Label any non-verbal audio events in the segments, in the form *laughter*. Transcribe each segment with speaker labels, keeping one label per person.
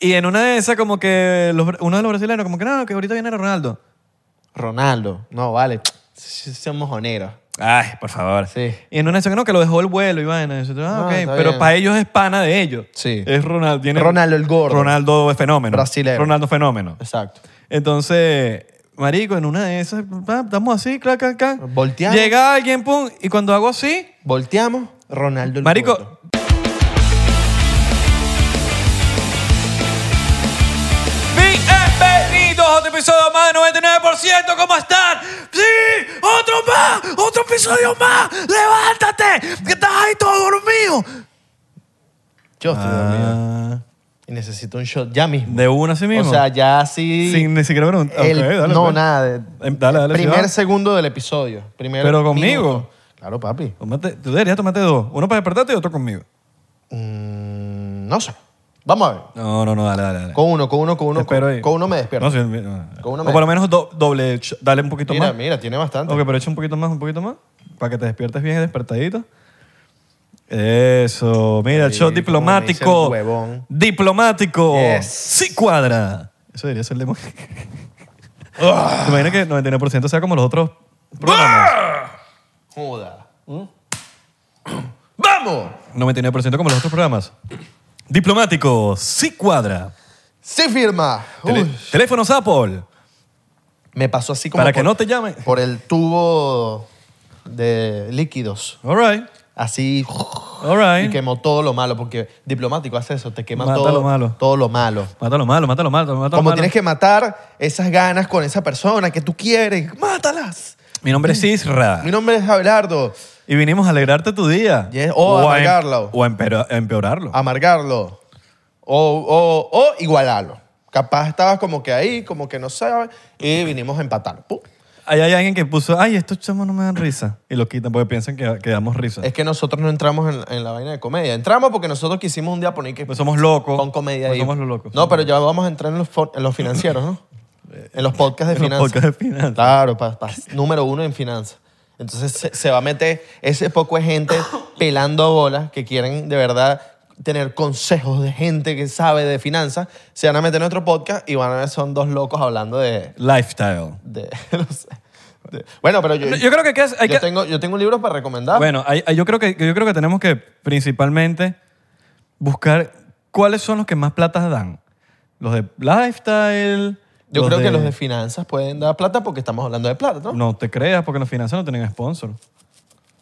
Speaker 1: Y en una de esas, como que los- uno de los brasileños, como que no, que ahorita viene Ronaldo.
Speaker 2: Ronaldo. No, vale. Sí, Somos mojoneros.
Speaker 1: Ay, por favor.
Speaker 2: Sí.
Speaker 1: Y en una de esas, que no, que lo dejó el vuelo y vaina. Y nosotros, ah,
Speaker 2: No,
Speaker 1: ok.
Speaker 2: está
Speaker 1: Pero
Speaker 2: bien.
Speaker 1: para ellos es pana de ellos.
Speaker 2: Sí.
Speaker 1: Es Ronaldo. tiene-
Speaker 2: Ronaldo el gordo.
Speaker 1: Ronaldo es fenómeno.
Speaker 2: Brasilero.
Speaker 1: Ronaldo fenómeno.
Speaker 2: Exacto.
Speaker 1: Entonces, marico, en una de esas, pa, estamos así, clac, clac, clac.
Speaker 2: Volteamos.
Speaker 1: Llega alguien, pum, y cuando hago así,
Speaker 2: Volteamos, Ronaldo el gordo.
Speaker 1: marico... Bienvenidos a otro episodio más de 99%, ¿cómo están? ¡Sí! ¡Otro más! ¡Otro episodio más! ¡Levántate! ¡Que estás ahí todo dormido!
Speaker 2: Yo estoy dormido.
Speaker 1: Ah,
Speaker 2: Y necesito un shot ya mismo.
Speaker 1: ¿De una así mismo?
Speaker 2: O sea, ya así.
Speaker 1: Sin ni siquiera preguntar.
Speaker 2: el-
Speaker 1: Ok, dale,
Speaker 2: no,
Speaker 1: pues.
Speaker 2: nada. de-
Speaker 1: Em, Dale, dale. sí,
Speaker 2: primer
Speaker 1: va.
Speaker 2: segundo del episodio. Primer
Speaker 1: Pero conmigo.
Speaker 2: minuto. Claro, papi.
Speaker 1: Tómate- tú deberías tomarte dos. Uno para despertarte y otro conmigo.
Speaker 2: Mm, no sé. Vamos a ver.
Speaker 1: No, no, no, dale, dale. dale.
Speaker 2: Con uno, con uno, con
Speaker 1: Te
Speaker 2: uno.
Speaker 1: espero
Speaker 2: Con,
Speaker 1: ahí.
Speaker 2: con uno me despierto.
Speaker 1: No, sí, no.
Speaker 2: Con uno
Speaker 1: o
Speaker 2: me-
Speaker 1: por lo menos do- doble, ch- dale un poquito
Speaker 2: mira,
Speaker 1: más.
Speaker 2: mira, tiene bastante.
Speaker 1: Ok, pero echa un poquito más, un poquito más. Para que te despiertes bien despertadito. Eso, mira,
Speaker 2: Sí,
Speaker 1: show
Speaker 2: como
Speaker 1: diplomático.
Speaker 2: me dice el huevón.
Speaker 1: Diplomático.
Speaker 2: Yes.
Speaker 1: Sí cuadra. Eso debería ser de mu- *laughs* ¿Te imaginas que el 99% sea como los otros
Speaker 2: ¡Ah!
Speaker 1: programas?
Speaker 2: Joda. ¿Mm? ¡Vamos!
Speaker 1: 99% como los otros programas. Diplomático. Sí cuadra.
Speaker 2: ¡Sí firma!
Speaker 1: Tele-
Speaker 2: Uy,
Speaker 1: teléfonos Apple.
Speaker 2: me pasó así como.
Speaker 1: Para que
Speaker 2: por-
Speaker 1: no te llamen.
Speaker 2: Por el tubo de líquidos.
Speaker 1: All right.
Speaker 2: Así.
Speaker 1: All right.
Speaker 2: Y quemó todo lo malo, porque diplomático hace eso, te quema
Speaker 1: ¿Eh? Mata
Speaker 2: todo
Speaker 1: lo malo.
Speaker 2: Todo lo malo.
Speaker 1: Mátalo malo, mátalo malo, mátalo
Speaker 2: Como
Speaker 1: malo.
Speaker 2: tienes que matar esas ganas con esa persona que tú quieres, mátalas.
Speaker 1: Mi nombre es Isra.
Speaker 2: Mi nombre es Abelardo.
Speaker 1: Y vinimos a alegrarte tu día.
Speaker 2: Yes, o a Ah.
Speaker 1: a em-
Speaker 2: amargarlo.
Speaker 1: O a empeora- a empeorarlo.
Speaker 2: Amargarlo. O, o, o igualarlo. Capaz estabas como que ahí, como que no sabes, y vinimos a empatar. Pum.
Speaker 1: Ahí hay alguien que puso, ay, estos chamos no me dan risa. Y lo quitan porque piensan que, que damos risa.
Speaker 2: Es que nosotros no entramos en, en la vaina de comedia. Entramos porque nosotros quisimos un día poner que
Speaker 1: Pues somos locos.
Speaker 2: pon comedia
Speaker 1: Pues
Speaker 2: ahí.
Speaker 1: Somos los locos.
Speaker 2: No, pero ya vamos a entrar en los, fo- en los financieros,
Speaker 1: *laughs*
Speaker 2: ¿no? En los podcasts de
Speaker 1: En los
Speaker 2: finanzas.
Speaker 1: podcasts de finanzas.
Speaker 2: Claro, pa- pa- número uno en finanzas. Entonces se, se va a meter ese poco
Speaker 1: *coughs*
Speaker 2: de gente pelando bolas que quieren de verdad tener consejos de gente que sabe de finanzas. Se van a meter en otro podcast y van a ver, son dos locos hablando de...
Speaker 1: Lifestyle.
Speaker 2: de- *laughs* no sé, de- bueno, pero yo,
Speaker 1: Yo creo que, que es- hay
Speaker 2: yo
Speaker 1: que-
Speaker 2: tengo, yo tengo un libro para recomendar.
Speaker 1: Bueno, hay- hay- yo, creo que, que yo creo que tenemos que principalmente buscar cuáles son los que más platas dan. Los de lifestyle.
Speaker 2: yo creo que los de finanzas pueden dar plata porque estamos hablando de plata, ¿no?
Speaker 1: No te creas, porque los finanzas no tienen sponsor.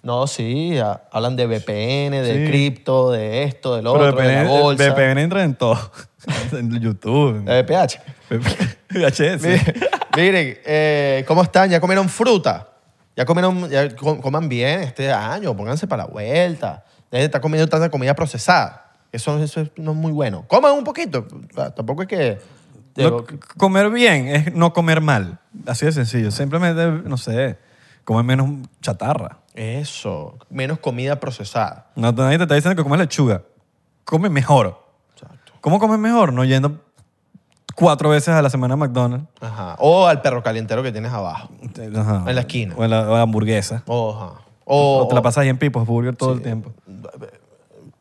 Speaker 2: No, sí, a- hablan de VPN, de
Speaker 1: Sí.
Speaker 2: cripto, de esto, del otro, de la
Speaker 1: VPN
Speaker 2: bolsa.
Speaker 1: VPN entra en todo. *laughs* en YouTube.
Speaker 2: De VPH.
Speaker 1: *laughs*
Speaker 2: *laughs*
Speaker 1: VHS.
Speaker 2: Miren, eh, ¿cómo están? ¿Ya comieron fruta? ¿Ya comieron, ya com- coman bien este año? Pónganse para la vuelta. Dejen de estar comiendo tanta comida procesada. Eso, eso es- no es muy bueno. Coman un poquito. O sea, Tampoco es que...
Speaker 1: No, c- comer bien es no comer mal. Así de sencillo. Simplemente, no sé, comer menos chatarra.
Speaker 2: Eso. Menos comida procesada.
Speaker 1: No, nadie te está diciendo que comes lechuga. Come mejor.
Speaker 2: Exacto.
Speaker 1: ¿Cómo comes mejor? No yendo cuatro veces a la semana a McDonald's.
Speaker 2: Ajá. O al perro calentero que tienes abajo.
Speaker 1: Ajá.
Speaker 2: En la esquina.
Speaker 1: O en la, o la hamburguesa.
Speaker 2: O, ajá. O,
Speaker 1: O te la pasas ahí en Pipos Burger todo el tiempo.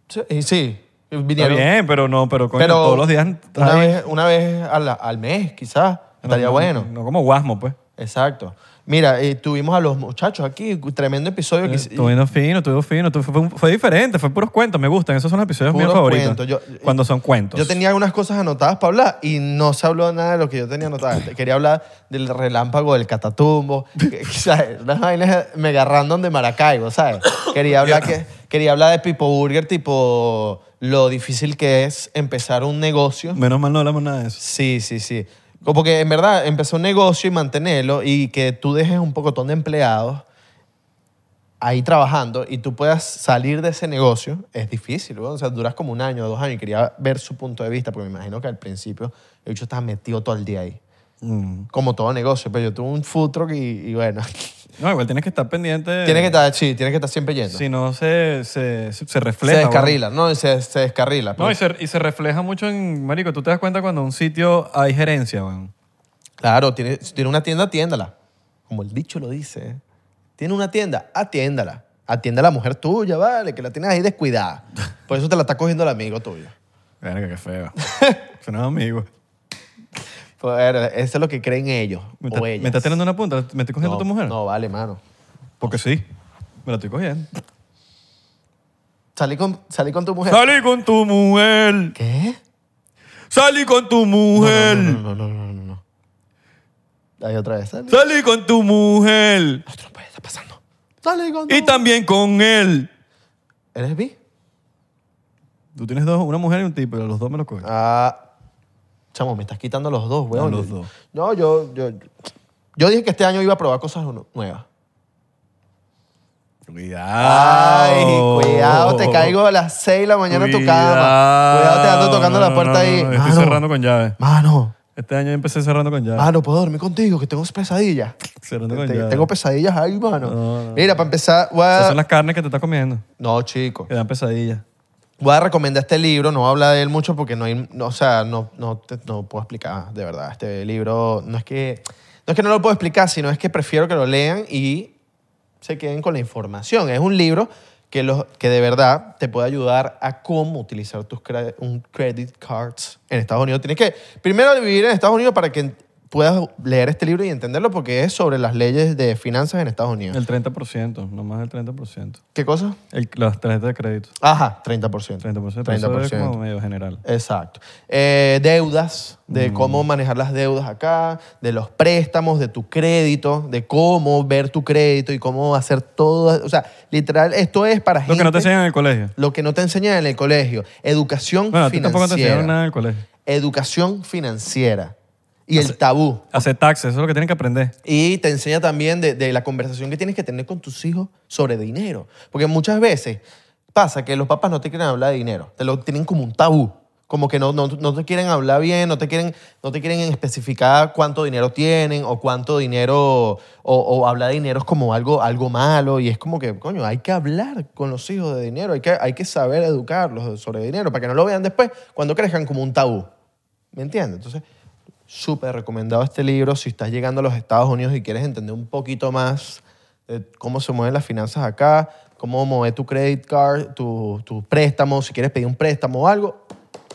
Speaker 2: Sí, sí.
Speaker 1: Está
Speaker 2: Vinieron,
Speaker 1: bien, pero no, pero, coño,
Speaker 2: Pero
Speaker 1: todos los días estás
Speaker 2: una
Speaker 1: ahí.
Speaker 2: vez, una vez a la- al, mes, quizás. Estaría
Speaker 1: No,
Speaker 2: bueno.
Speaker 1: No como guasmo, pues.
Speaker 2: Exacto. Mira, eh, tuvimos a los muchachos aquí, tremendo episodio. que hic-
Speaker 1: Estuvimos Eh, fino, estuvimos fino. Estuvo- Fue, un- fue diferente, fue puros cuentos. Me gustan. Esos son los episodios
Speaker 2: Puros
Speaker 1: míos favoritos.
Speaker 2: cuentos. Yo-
Speaker 1: cuando son cuentos.
Speaker 2: yo tenía algunas cosas anotadas para hablar y no se habló nada de lo que yo
Speaker 1: *laughs*
Speaker 2: tenía anotado. Quería hablar del relámpago del catatumbo, que- *laughs* ¿sabes? Unas vainas mega random de Maracaibo, ¿sabes? Quería hablar, que, quería hablar de Pipo Burger, tipo lo difícil que es empezar un negocio.
Speaker 1: Menos mal no hablamos nada de eso.
Speaker 2: Sí, sí, sí. Como que en verdad empezó un negocio y mantenerlo y que tú dejes un pocotón de empleados ahí trabajando y tú puedas salir de ese negocio, es difícil, weón. O sea, duras como un año, dos años y quería ver su punto de vista porque me imagino que al principio el bicho estaba metido todo el día ahí.
Speaker 1: Mm.
Speaker 2: Como todo negocio, pero yo tuve un food truck y, y bueno. *laughs*
Speaker 1: No, igual tienes que estar pendiente.
Speaker 2: tienes que estar, sí, tienes que estar siempre yendo.
Speaker 1: Si no, se, se, se- se
Speaker 2: se
Speaker 1: refleja.
Speaker 2: descarrila, ¿no? Se, se descarrila.
Speaker 1: weón. No,
Speaker 2: pero-
Speaker 1: y se, y se refleja mucho en. Marico, tú te das cuenta cuando en un sitio hay gerencia, weón.
Speaker 2: Claro, tiene, si tiene una tienda, atiéndala. Como el dicho lo dice. ¿eh? Tiene una tienda, atiéndala. Atienda a la mujer tuya, vale, que la tienes ahí descuidada. Por eso te la está cogiendo el amigo tuyo.
Speaker 1: Verga, qué
Speaker 2: *laughs*
Speaker 1: feo. Son amigos.
Speaker 2: Pues, verga, eso es lo que creen ellos
Speaker 1: ¿Me
Speaker 2: o ellas.
Speaker 1: estás tirando una punta? ¿Me estoy cogiendo
Speaker 2: no,
Speaker 1: a tu mujer?
Speaker 2: No, vale, mano.
Speaker 1: Porque sí. Me la estoy
Speaker 2: *laughs*
Speaker 1: cogiendo.
Speaker 2: Salí con, salí con tu mujer.
Speaker 1: Salí con tu mujer.
Speaker 2: ¿Qué?
Speaker 1: Salí con tu mujer.
Speaker 2: No, no, no, no, no, no. Ahí otra vez. Salí.
Speaker 1: Salí con tu mujer.
Speaker 2: Otro pues, está pasando. Salí con tu
Speaker 1: Y también con él.
Speaker 2: ¿Eres bi?
Speaker 1: Tú tienes dos, una mujer y un tipo, pero los dos me los cogen.
Speaker 2: Ah. Chamo, me estás quitando los dos, weón.
Speaker 1: No, los dos.
Speaker 2: No, yo, yo, yo dije que este año iba a probar cosas nu- nuevas.
Speaker 1: Ah,
Speaker 2: Ay,
Speaker 1: Cuidado.
Speaker 2: cuidado,
Speaker 1: oh.
Speaker 2: te caigo a las 6 de la mañana a tu cama. Cuidado, te ando tocando
Speaker 1: No,
Speaker 2: la
Speaker 1: no,
Speaker 2: puerta
Speaker 1: no,
Speaker 2: ahí. Ah,
Speaker 1: no,
Speaker 2: Mano,
Speaker 1: Estoy cerrando con llave.
Speaker 2: Mano,
Speaker 1: Este año empecé cerrando con llave.
Speaker 2: mano, puedo dormir contigo, que tengo pesadillas.
Speaker 1: cerrando con
Speaker 2: Ah, Te-
Speaker 1: llave.
Speaker 2: tengo pesadillas ahí, mano.
Speaker 1: No, no,
Speaker 2: Mira, para empezar, voy
Speaker 1: Esas
Speaker 2: a...
Speaker 1: son las carnes que te estás comiendo.
Speaker 2: No, chico.
Speaker 1: Que dan pesadillas.
Speaker 2: Voy a recomendar este libro, no voy a hablar de él mucho porque no hay, no, o sea, no, no, te- no puedo explicar de verdad. Este libro no es que no es que no lo puedo explicar, sino es que prefiero que lo lean y se queden con la información. Es un libro que, los, que de verdad te puede ayudar a cómo utilizar tus cre- un credit cards en Estados Unidos. Tienes que primero vivir en Estados Unidos para que puedas leer este libro y entenderlo porque es sobre las leyes de finanzas en Estados Unidos.
Speaker 1: El 30%, no más del 30%.
Speaker 2: ¿Qué cosa?
Speaker 1: El, las tarjetas de crédito.
Speaker 2: Ajá, 30%.
Speaker 1: 30%. 30%. Eso es
Speaker 2: 30%.
Speaker 1: como medio general.
Speaker 2: Exacto. Eh, deudas,
Speaker 1: Mm.
Speaker 2: de cómo manejar las deudas acá, de los préstamos, de tu crédito, de cómo ver tu crédito y cómo hacer todo. O sea, literal, esto es para
Speaker 1: Lo
Speaker 2: gente.
Speaker 1: que no te enseñan en el colegio.
Speaker 2: lo que no te enseñan en el colegio. Educación
Speaker 1: Bueno, a ti tampoco te
Speaker 2: financiera.
Speaker 1: enseñaron nada en el colegio.
Speaker 2: Educación financiera. Y el tabú.
Speaker 1: Hacer taxes, eso es lo que tienen que aprender.
Speaker 2: Y te enseña también de, de la conversación que tienes que tener con tus hijos sobre dinero. Porque muchas veces pasa que los papás no te quieren hablar de dinero, te lo tienen como un tabú. Como que no, no, no te quieren hablar bien, no te quieren, no te quieren especificar cuánto dinero tienen o cuánto dinero, o, o hablar de dinero es como algo, algo malo. Y es como que, coño, hay que hablar con los hijos de dinero, hay que, hay que saber educarlos sobre dinero para que no lo vean después cuando crezcan como un tabú. ¿Me entiendes? Entonces, súper recomendado este libro si estás llegando a los Estados Unidos y quieres entender un poquito más de cómo se mueven las finanzas acá, cómo mover tu credit card, tu, tu préstamo, si quieres pedir un préstamo o algo,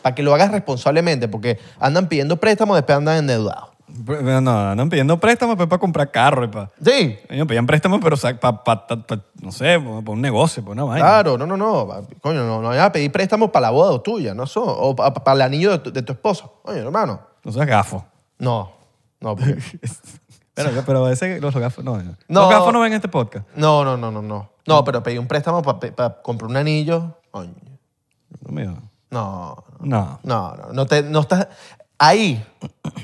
Speaker 2: para que lo hagas responsablemente, porque andan pidiendo préstamos, después andan endeudados.
Speaker 1: Pero, No, andan pidiendo préstamos pues, para comprar carro y para...
Speaker 2: Sí,
Speaker 1: Ellos pedían préstamos, pero para, no sé, para un negocio, para una vaina.
Speaker 2: claro, no, no, no, coño, no, no vayas a pedir préstamos para la boda tuya, no eso, o para el anillo de tu, de tu esposo. Coño, hermano,
Speaker 1: No seas gafo.
Speaker 2: no, no, porque-
Speaker 1: Pero, pero a veces los gafos no, no.
Speaker 2: No.
Speaker 1: Los gafos no ven este podcast.
Speaker 2: no, no, no, no, no, no, pero pedí un préstamo para comprar un anillo, coño.
Speaker 1: Dios mío.
Speaker 2: No,
Speaker 1: No.
Speaker 2: no, no, no, te, no estás... Ahí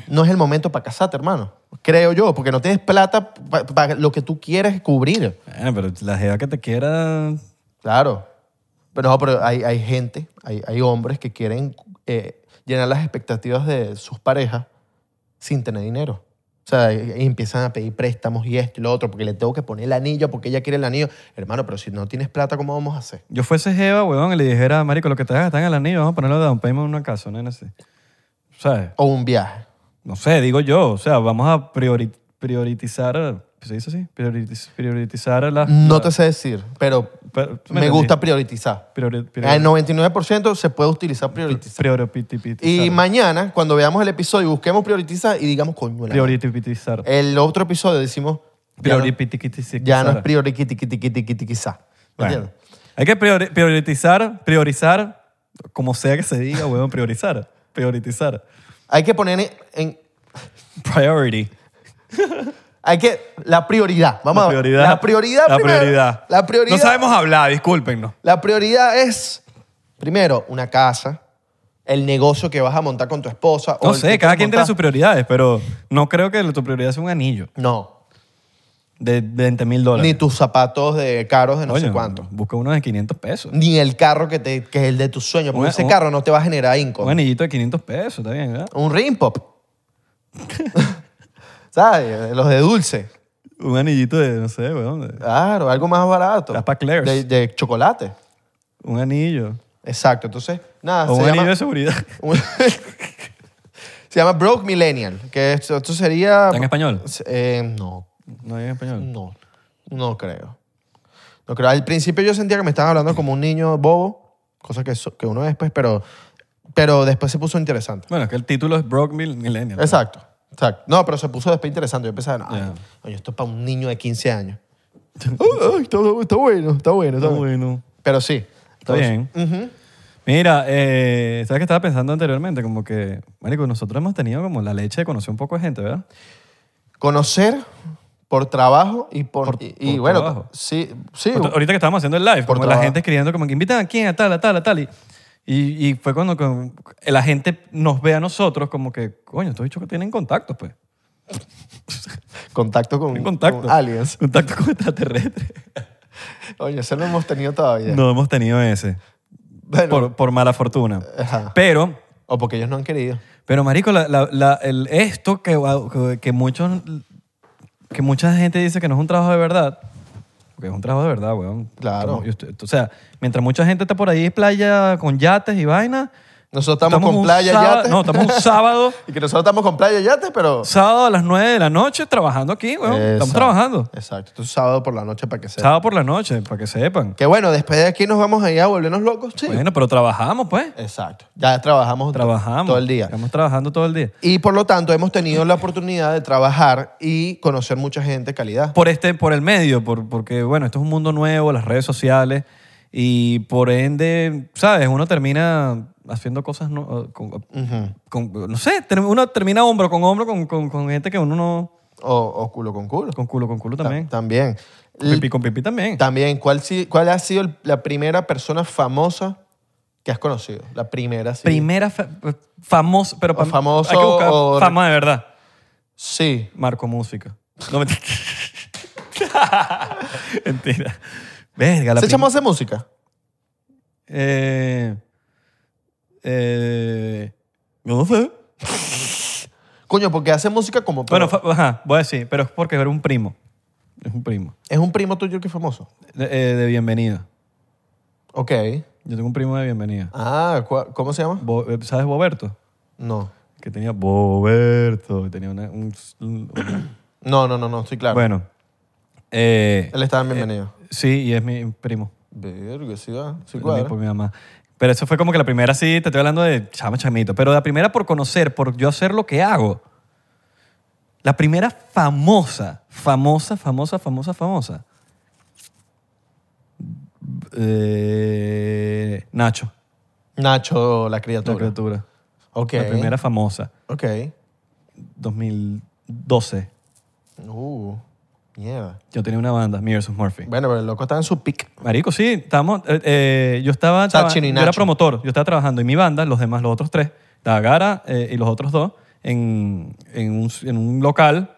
Speaker 2: no es el momento para casarte, hermano. Creo yo, porque no tienes plata para lo que tú quieres cubrir.
Speaker 1: Bueno, pero la jeva que te quiera...
Speaker 2: Claro. Pero no, pero hay, hay gente, hay, hay hombres que quieren eh, llenar las expectativas de sus parejas sin tener dinero. O sea, y empiezan a pedir préstamos y esto y lo otro, porque le tengo que poner el anillo, porque ella quiere el anillo. Hermano, pero si no tienes plata, ¿cómo vamos a hacer?
Speaker 1: Yo fuese jeva, huevón, y le dijera, marico, lo que te hagas está en el anillo, vamos a ponerlo de down payment en una casa, una vaina así. ¿Sabes?
Speaker 2: O un viaje.
Speaker 1: No sé, digo yo. O sea, vamos a priori- priorizar... ¿Se dice así? Prioritis- priorizar las...
Speaker 2: No te sé decir, pero
Speaker 1: Pero, ¿tú
Speaker 2: me
Speaker 1: entendí?
Speaker 2: gusta priorizar.
Speaker 1: Priori- priori-
Speaker 2: El 99% se puede utilizar prioritizar.
Speaker 1: Prioritizar.
Speaker 2: Y mañana, cuando veamos el episodio, busquemos prioritizar y digamos, coño, la-
Speaker 1: Prioritizar.
Speaker 2: el otro episodio decimos, ya no,
Speaker 1: Prioritizar.
Speaker 2: ya no es prioriquitiquitiquitiquitiquizá.
Speaker 1: Bueno, hay que priori- priorizar, priorizar, como sea que se diga, huevón, priorizar. Priorizar.
Speaker 2: Hay que poner en, en-
Speaker 1: Priority.
Speaker 2: hay que, la prioridad, vamos
Speaker 1: la
Speaker 2: a
Speaker 1: prioridad.
Speaker 2: La prioridad
Speaker 1: La
Speaker 2: primero.
Speaker 1: prioridad.
Speaker 2: La prioridad.
Speaker 1: No sabemos hablar, discúlpenos.
Speaker 2: La prioridad es, primero, una casa, el negocio que vas a montar con tu esposa. o
Speaker 1: No
Speaker 2: el que
Speaker 1: sé, cada
Speaker 2: quieres
Speaker 1: quien tiene
Speaker 2: montar.
Speaker 1: sus prioridades, pero no creo que tu prioridad sea un anillo
Speaker 2: No,
Speaker 1: de 20 mil dólares.
Speaker 2: ni tus zapatos de caros de no sé
Speaker 1: Coño,
Speaker 2: cuánto.
Speaker 1: Busca uno de 500 pesos.
Speaker 2: ni el carro que, te, que es el de tus sueños, porque
Speaker 1: Un-
Speaker 2: ese
Speaker 1: un-
Speaker 2: carro no te va a generar
Speaker 1: Un
Speaker 2: income.
Speaker 1: anillito de 500 pesos, está bien, ¿verdad?
Speaker 2: Un ring pop. *laughs* ¿Sabes? Los de dulce.
Speaker 1: Un anillito de, no sé, weón. de-
Speaker 2: Claro, algo más barato.
Speaker 1: Las Paclairs.
Speaker 2: De, de chocolate.
Speaker 1: Un anillo.
Speaker 2: Exacto. Entonces, nada,
Speaker 1: O un
Speaker 2: Ah, se
Speaker 1: anillo
Speaker 2: llama, Ah,
Speaker 1: de
Speaker 2: *laughs*
Speaker 1: seguridad.
Speaker 2: se llama Broke Millennial, que esto, esto sería...
Speaker 1: ¿Está en español?
Speaker 2: Eh, no,
Speaker 1: No hay en español.
Speaker 2: no, no creo. No creo. Al principio yo sentía que me estaban hablando como un niño bobo, cosa que, so- que uno es, pues, pero pero después se puso interesante.
Speaker 1: Bueno, es que el título es Broke Mil- Millennial.
Speaker 2: Exacto, exacto. No, pero se puso después interesante. Yo pensaba, no, ay,
Speaker 1: Ya.
Speaker 2: coño, esto es para un niño de 15
Speaker 1: *laughs*
Speaker 2: años. Ay, ay, está, está bueno, está bueno, está
Speaker 1: Está
Speaker 2: bueno.
Speaker 1: bueno.
Speaker 2: Pero sí.
Speaker 1: Está
Speaker 2: Entonces,
Speaker 1: bien. Mira, eh, ¿sabes qué estaba pensando anteriormente? Como que, marico, nosotros hemos tenido como la leche de conocer un poco de gente, ¿verdad?
Speaker 2: Conocer por trabajo y por...
Speaker 1: Por-
Speaker 2: y,
Speaker 1: por
Speaker 2: y bueno,
Speaker 1: trabajo.
Speaker 2: sí, sí.
Speaker 1: Ahorita- Ahorita que estábamos haciendo el live,
Speaker 2: Por
Speaker 1: como la
Speaker 2: trabajo.
Speaker 1: gente escribiendo como que invitan a quién, a tal, a tal, a tal. Y, y, y fue cuando como la gente nos ve a nosotros como que, coño, estos bichos que tienen contactos, pues.
Speaker 2: Contacto con,
Speaker 1: Tienen contacto.
Speaker 2: con aliens.
Speaker 1: Contacto con
Speaker 2: *laughs*
Speaker 1: extraterrestres.
Speaker 2: Oye, eso no hemos tenido todavía.
Speaker 1: No hemos tenido ese.
Speaker 2: Bueno,
Speaker 1: Por, por mala fortuna.
Speaker 2: Ajá.
Speaker 1: Pero,
Speaker 2: O porque ellos no han querido.
Speaker 1: pero marico, la- la- la- el, esto que, ah, que- que muchos que mucha gente dice que no es un trabajo de verdad, porque es un trabajo de verdad, weón.
Speaker 2: Claro.
Speaker 1: Como- y usted- o sea, mientras mucha gente está por ahí en playa con yates y vainas,
Speaker 2: Nosotros estamos, con
Speaker 1: un
Speaker 2: playa
Speaker 1: sábado-
Speaker 2: yates.
Speaker 1: No, estamos
Speaker 2: *laughs*
Speaker 1: un sábado,
Speaker 2: y que nosotros estamos con playa yates, pero...
Speaker 1: sábado a las 9 de la noche trabajando aquí, weón. *laughs* Estamos
Speaker 2: Exacto,
Speaker 1: trabajando.
Speaker 2: Exacto. Entonces sábado por la noche para que sea.
Speaker 1: Sábado por la noche, para que sepan.
Speaker 2: Que bueno, después de aquí nos vamos allá a volvernos locos, sí.
Speaker 1: Bueno, pero trabajamos, pues.
Speaker 2: Exacto. Ya trabajamos, to-
Speaker 1: Trabajamos.
Speaker 2: todo el día.
Speaker 1: Estamos trabajando todo el día.
Speaker 2: Y por lo tanto hemos tenido la oportunidad de trabajar y conocer mucha gente de calidad.
Speaker 1: por este por el medio por- porque bueno esto es un mundo nuevo las redes sociales y por ende sabes uno termina haciendo cosas no con- con- no sé ter- uno termina hombro con hombro con, con- con gente que uno no
Speaker 2: O, o culo con culo.
Speaker 1: con culo con culo también
Speaker 2: Ta- También.
Speaker 1: Con pipí con pipí también
Speaker 2: También, ¿cuál, si- ¿cuál ha sido el- la primera persona famosa que has conocido? La primera, sí.
Speaker 1: primera fa- famoso pero pa-
Speaker 2: O famoso
Speaker 1: hay que buscar
Speaker 2: o-
Speaker 1: fama de verdad
Speaker 2: sí.
Speaker 1: Marco Música no mentira *laughs* mentira verga la
Speaker 2: ¿Se
Speaker 1: prim-
Speaker 2: llamó hace música?
Speaker 1: eh, eh, no sé
Speaker 2: Coño, porque hace música como... pero
Speaker 1: Bueno, fa- ajá, voy a decir, pero es porque era un primo. Es un primo.
Speaker 2: es un primo tuyo que es famoso.
Speaker 1: De, eh, de bienvenida.
Speaker 2: Ok.
Speaker 1: Yo tengo un primo de bienvenida.
Speaker 2: Ah, ¿cuá- ¿cómo se llama?
Speaker 1: Bo- eh, ¿Sabes Boberto?
Speaker 2: No.
Speaker 1: Que tenía Boberto. y Tenía una, un- un-
Speaker 2: No, no, no, no, estoy claro.
Speaker 1: Bueno. eh,
Speaker 2: Él estaba en bienvenido.
Speaker 1: sí, y es mi primo.
Speaker 2: Verga, sí va, sí
Speaker 1: Mi-
Speaker 2: cuadra.
Speaker 1: Por mi mamá. Pero eso fue como que la primera, sí, te estoy hablando de chama chamito. Pero la primera por conocer, por yo hacer lo que hago. La primera famosa, famosa, famosa, famosa, famosa. Eh, Nacho,
Speaker 2: Nacho, la
Speaker 1: la
Speaker 2: criatura.
Speaker 1: criatura.
Speaker 2: ok.
Speaker 1: La primera famosa.
Speaker 2: Ok.
Speaker 1: 2012.
Speaker 2: Uh, mierda.
Speaker 1: Yo tenía una banda, Me vs. Murphy.
Speaker 2: Bueno, pero el loco estaba en su pick.
Speaker 1: Marico, sí, estábamos, eh, eh, yo estaba,
Speaker 2: sea,
Speaker 1: traba-
Speaker 2: Chino y
Speaker 1: yo era
Speaker 2: Nacho.
Speaker 1: promotor, yo estaba trabajando y mi banda, los demás, los otros tres, Tagara eh, y los otros dos, en, en, un, en un local,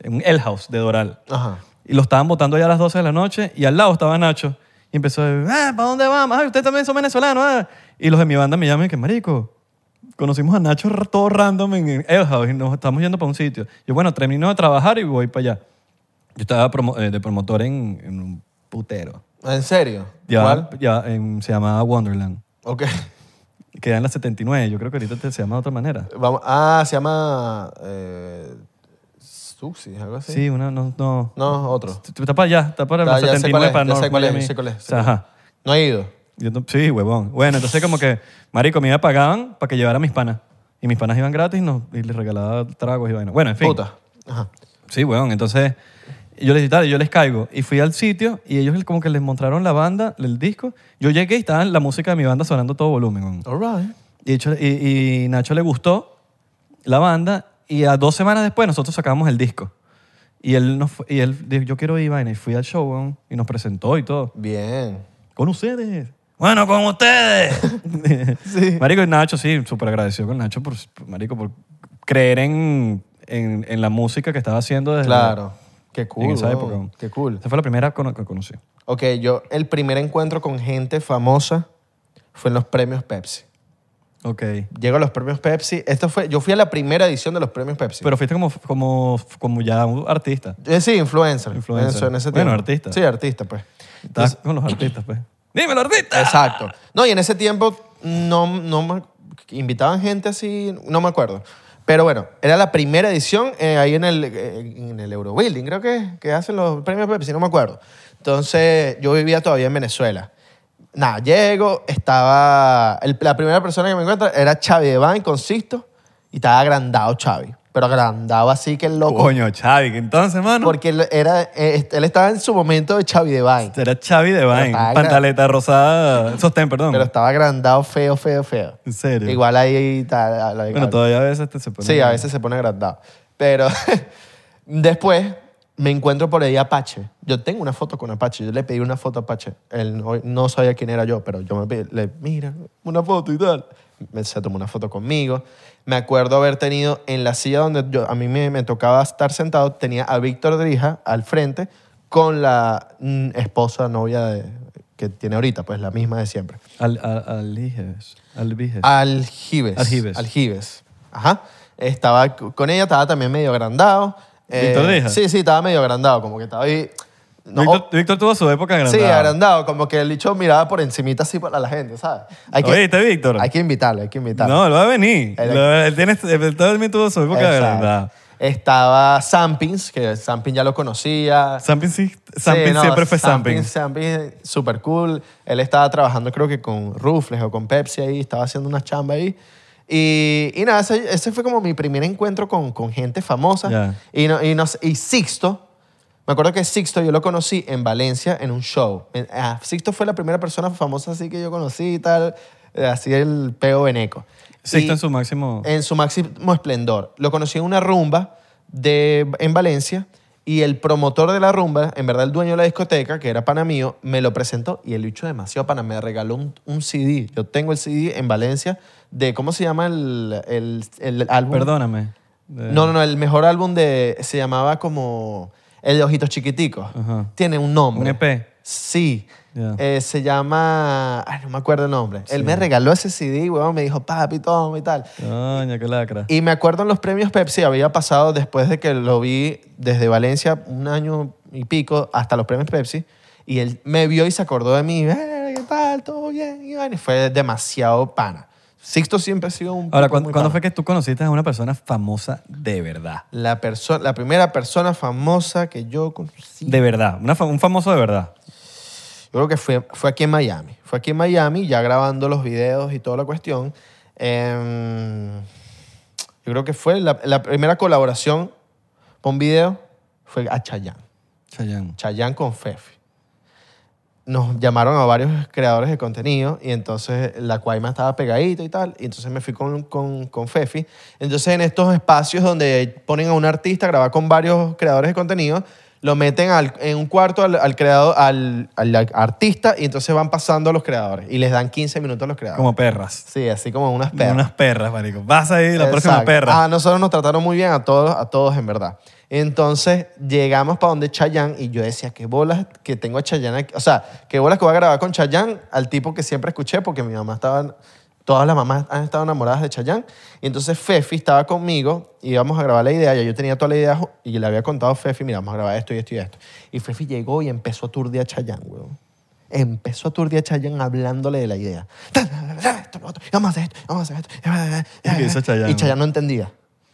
Speaker 1: en un El House de Doral.
Speaker 2: Ajá.
Speaker 1: Y lo estaban votando ya a las 12 de la noche y al lado estaba Nacho. Y empezó, ah, ¿para dónde vamos? Ay, ustedes también son venezolanos. ah". Y los de mi banda me llaman y que, marico, conocimos a Nacho r- todo random en en El House y nos estamos yendo para un sitio. Yo, bueno, termino de trabajar y voy para allá. Yo estaba promo- eh, de promotor en, en un putero.
Speaker 2: ¿En serio?
Speaker 1: Ya,
Speaker 2: ¿Cuál?
Speaker 1: ya em, se llamaba Wonderland.
Speaker 2: Ok. *laughs*
Speaker 1: Queda en la 79. Yo creo que ahorita te- se llama de otra manera.
Speaker 2: Vamos. Ah, se llama. Eh, Suxi, algo así.
Speaker 1: Sí, una, no, no.
Speaker 2: No, otro.
Speaker 1: T- t- Está para allá, está para
Speaker 2: Ah,
Speaker 1: la
Speaker 2: ya sé cuál
Speaker 1: 79
Speaker 2: es,
Speaker 1: para
Speaker 2: ya sé
Speaker 1: North
Speaker 2: cuál es,
Speaker 1: Miami.
Speaker 2: sé cuál es, sé
Speaker 1: O sea, ajá.
Speaker 2: No he ido.
Speaker 1: Yo no- sí, huevón. Bueno, entonces como que, marico, a mí me pagaban para que llevara a mis panas. Y mis panas iban gratis y, nos- y les regalaba tragos y vaina. Bueno, en fin.
Speaker 2: Puta. Ajá.
Speaker 1: Sí, huevón. Entonces yo les dije, "Dale, yo les caigo. Y fui al sitio y ellos como que les mostraron la banda, el disco. Yo llegué y estaban la música de mi banda sonando a todo volumen. huevón.
Speaker 2: All right.
Speaker 1: Y, hecho- y- y Nacho le gustó la banda y a dos semanas después nosotros sacamos el disco. Y él, nos, fu- y él dijo, yo quiero ir, vaina. Y fui al show, weón, y nos presentó y todo.
Speaker 2: Bien.
Speaker 1: ¿Con ustedes? Bueno, con ustedes. Marico y Nacho, *laughs* sí, súper agradecido con Nacho por, por- marico, por creer en, en, en la música que estaba haciendo desde
Speaker 2: Claro. Qué cool.
Speaker 1: en esa
Speaker 2: weón.
Speaker 1: época. weón.
Speaker 2: Qué cool.
Speaker 1: Esa fue la primera cono- que conocí.
Speaker 2: Ok, yo el primer encuentro con gente famosa fue en los premios Pepsi.
Speaker 1: Ok.
Speaker 2: Llego a los premios Pepsi. Esto fue, yo fui a la primera edición de los premios Pepsi.
Speaker 1: Pero fuiste como, como, como ya un artista.
Speaker 2: Eh, sí, influencer.
Speaker 1: Influencer.
Speaker 2: Eso, en ese
Speaker 1: Bueno,
Speaker 2: tiempo.
Speaker 1: artista.
Speaker 2: Sí, artista, pues.
Speaker 1: Estás con los artistas, pues. ¡Dímelo, artista!
Speaker 2: Exacto. No, y en ese tiempo no, no me invitaban gente así, no me acuerdo. Pero bueno, era la primera edición eh, ahí en el, eh, en el Eurobuilding, creo que, es, que hacen los premios Pepsi, no me acuerdo. Entonces, yo vivía todavía en Venezuela. Nada, llego, estaba. el- la primera persona que me encuentra era Xavi Devane, consisto, y estaba agrandado Xavi. Pero agrandado así que el loco.
Speaker 1: Coño, Xavi, que entonces, mano.
Speaker 2: Porque él, era, eh, él estaba en su momento de Xavi Devane.
Speaker 1: Era Xavi de Vine.
Speaker 2: paga.
Speaker 1: Pantaleta rosada. Sostén, perdón.
Speaker 2: Pero estaba agrandado, feo, feo, feo.
Speaker 1: en serio.
Speaker 2: Igual ahí. está la-
Speaker 1: Bueno, todavía a veces te se pone.
Speaker 2: Sí, a veces se pone agrandado. Pero *laughs* después me encuentro por ahí a Apache. Yo tengo una foto con Apache. Yo le pedí una foto a Apache. Él no, no sabía quién era yo, pero yo me pedí, le mira, una foto y tal. Me- Se tomó una foto conmigo. Me acuerdo haber tenido en la silla donde yo, a mí me, me tocaba estar sentado, tenía a Víctor Drija al frente con la mm, esposa, novia de- que tiene ahorita, pues la misma de siempre.
Speaker 1: Al, al, aliges. Albiges.
Speaker 2: Ah, Aljibes.
Speaker 1: Aljibes.
Speaker 2: Aljibes. Ajá. Estaba c- con ella, estaba también medio agrandado. Eh,
Speaker 1: ¿Víctor Drija?
Speaker 2: Sí, sí, estaba medio agrandado, como que estaba ahí. No,
Speaker 1: Víctor, Víctor tuvo su época grande.
Speaker 2: Sí, agrandado, como que el bicho miraba por encimita así para la gente, ¿sabes? Hay que,
Speaker 1: ¿Oíste, Víctor?
Speaker 2: Hay que invitarlo, hay que invitarlo.
Speaker 1: No, él va a venir.
Speaker 2: Él-
Speaker 1: Lo- Él, tiene, él también tuvo su época
Speaker 2: Exacto.
Speaker 1: agrandada.
Speaker 2: Estaba Sampins, que Sampins ya lo conocía.
Speaker 1: Sampin sí.
Speaker 2: Sí,
Speaker 1: Sampin
Speaker 2: no,
Speaker 1: siempre fue Sampin.
Speaker 2: Sampin. Sampin, súper cool. Él estaba trabajando, creo que con Rufles o con Pepsi ahí, estaba haciendo una chamba ahí. Y, y nada, ese, ese fue como mi primer encuentro con, con gente famosa.
Speaker 1: Ya.
Speaker 2: Y, no- y, nos- y Sixto, me acuerdo que Sixto yo lo conocí en Valencia en un show. En- ah, Sixto fue la primera persona famosa así que yo conocí y tal, eh, así el peo veneco.
Speaker 1: Sixto
Speaker 2: Y-
Speaker 1: en su máximo.
Speaker 2: en su máximo esplendor. Lo conocí en una rumba de, en Valencia y el promotor de la rumba, en verdad el dueño de la discoteca, que era pana mío, me lo presentó y el bicho demasiado pana. Me regaló un, un CD. Yo tengo el CD en Valencia de, ¿cómo se llama el, el, el álbum?
Speaker 1: Perdóname. Eh,
Speaker 2: No, no, no, el mejor álbum de, se llamaba como El de Ojitos Chiquiticos.
Speaker 1: Ajá.
Speaker 2: Tiene un nombre.
Speaker 1: Un E EP.
Speaker 2: Sí.
Speaker 1: Ya.
Speaker 2: Eh, se llama. Ay, no me acuerdo el nombre. Él me regaló ese CD, weón. Me dijo, papi, toma y tal.
Speaker 1: Coño, qué lacra.
Speaker 2: Y me acuerdo en los premios Pepsi, había pasado después de que lo vi desde Valencia un año y pico hasta los premios Pepsi, y él me vio y se acordó de mí, "Eh, ¿qué tal? ¿Todo bien? Y bueno, y fue demasiado pana. Sixto siempre ha sido un...
Speaker 1: Ahora,
Speaker 2: tipo
Speaker 1: ¿cuándo,
Speaker 2: muy
Speaker 1: cuándo fue
Speaker 2: pana.
Speaker 1: que tú conociste a una persona famosa de verdad?
Speaker 2: La, perso- la primera persona famosa que yo conocí,
Speaker 1: De verdad. Una fa- un famoso de verdad.
Speaker 2: yo creo que fue, fue aquí en Miami. Fue aquí en Miami, ya grabando los videos y toda la cuestión. Em, yo creo que fue la, la primera colaboración con video fue a Chayanne.
Speaker 1: Chayanne.
Speaker 2: Chayanne con Fefi. Nos llamaron a varios creadores de contenido y entonces la Cuaima estaba pegadita y tal. Y entonces me fui con, con, con Fefi. Entonces en estos espacios donde ponen a un artista a grabar con varios creadores de contenido, lo meten al- en un cuarto al, al creador, al, al artista y entonces van pasando a los creadores y les dan 15 minutos a los creadores.
Speaker 1: Como perras.
Speaker 2: Sí, así como unas perras.
Speaker 1: Unas perras, marico. Vas ahí, la próxima
Speaker 2: Exacto. Ah,
Speaker 1: perra.
Speaker 2: A nosotros nos trataron muy bien, a todos, a todos en verdad. Entonces llegamos para donde Chayanne y yo decía, qué bolas que tengo a Chayanne aquí. O sea, qué bolas que voy a grabar con Chayanne al tipo que siempre escuché porque mi mamá estaba, todas las mamás han estado enamoradas de Chayanne. Y entonces Fefi estaba conmigo y íbamos a grabar la idea. Ya yo tenía toda la idea ju- y le había contado a Fefi, mira, vamos a grabar esto y esto y esto. Y Fefi llegó y empezó a turdear a Chayanne, weón. Empezó a turdear a Chayanne hablándole de la idea. Esto, lo otro, y Vamos a hacer esto, vamos a hacer esto.
Speaker 1: ¿Y qué hizo Chayanne?
Speaker 2: Y Chayanne no entendía.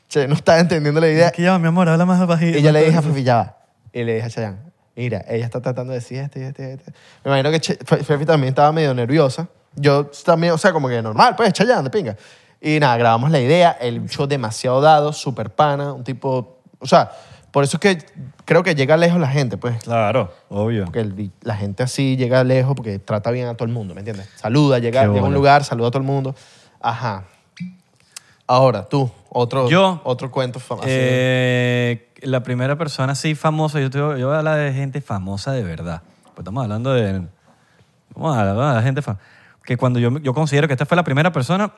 Speaker 2: Chayanne no estaba entendiendo la idea.
Speaker 1: Aquí ya, va, mi amor, habla más bajito.
Speaker 2: Y yo le dije a Fefi, ya va. Y le dije a Chayanne, mira, ella está tratando de decir esto y esto y esto. Me imagino que Che- Fe- Fefi también estaba medio nerviosa. Yo también, o sea, como que normal, pues, Chayanne, de pinga. Y nada, grabamos la idea. El show demasiado dado, súper pana, un tipo... O sea, por eso es que creo que llega lejos la gente, pues.
Speaker 1: Claro, obvio.
Speaker 2: Porque el vi- la gente así llega lejos porque trata bien a todo el mundo, ¿me entiendes? Saluda, llega,
Speaker 1: Qué
Speaker 2: llega a un
Speaker 1: bola.
Speaker 2: lugar, saluda a todo el mundo. Ajá. Ahora, tú, otro,
Speaker 1: Yo.
Speaker 2: otro cuento famoso.
Speaker 1: Eh, la primera persona así famosa, yo, te, yo voy a hablar de gente famosa de verdad. Pues estamos hablando de. Vamos a hablar de gente famosa. Que cuando yo, yo considero que esta fue la primera persona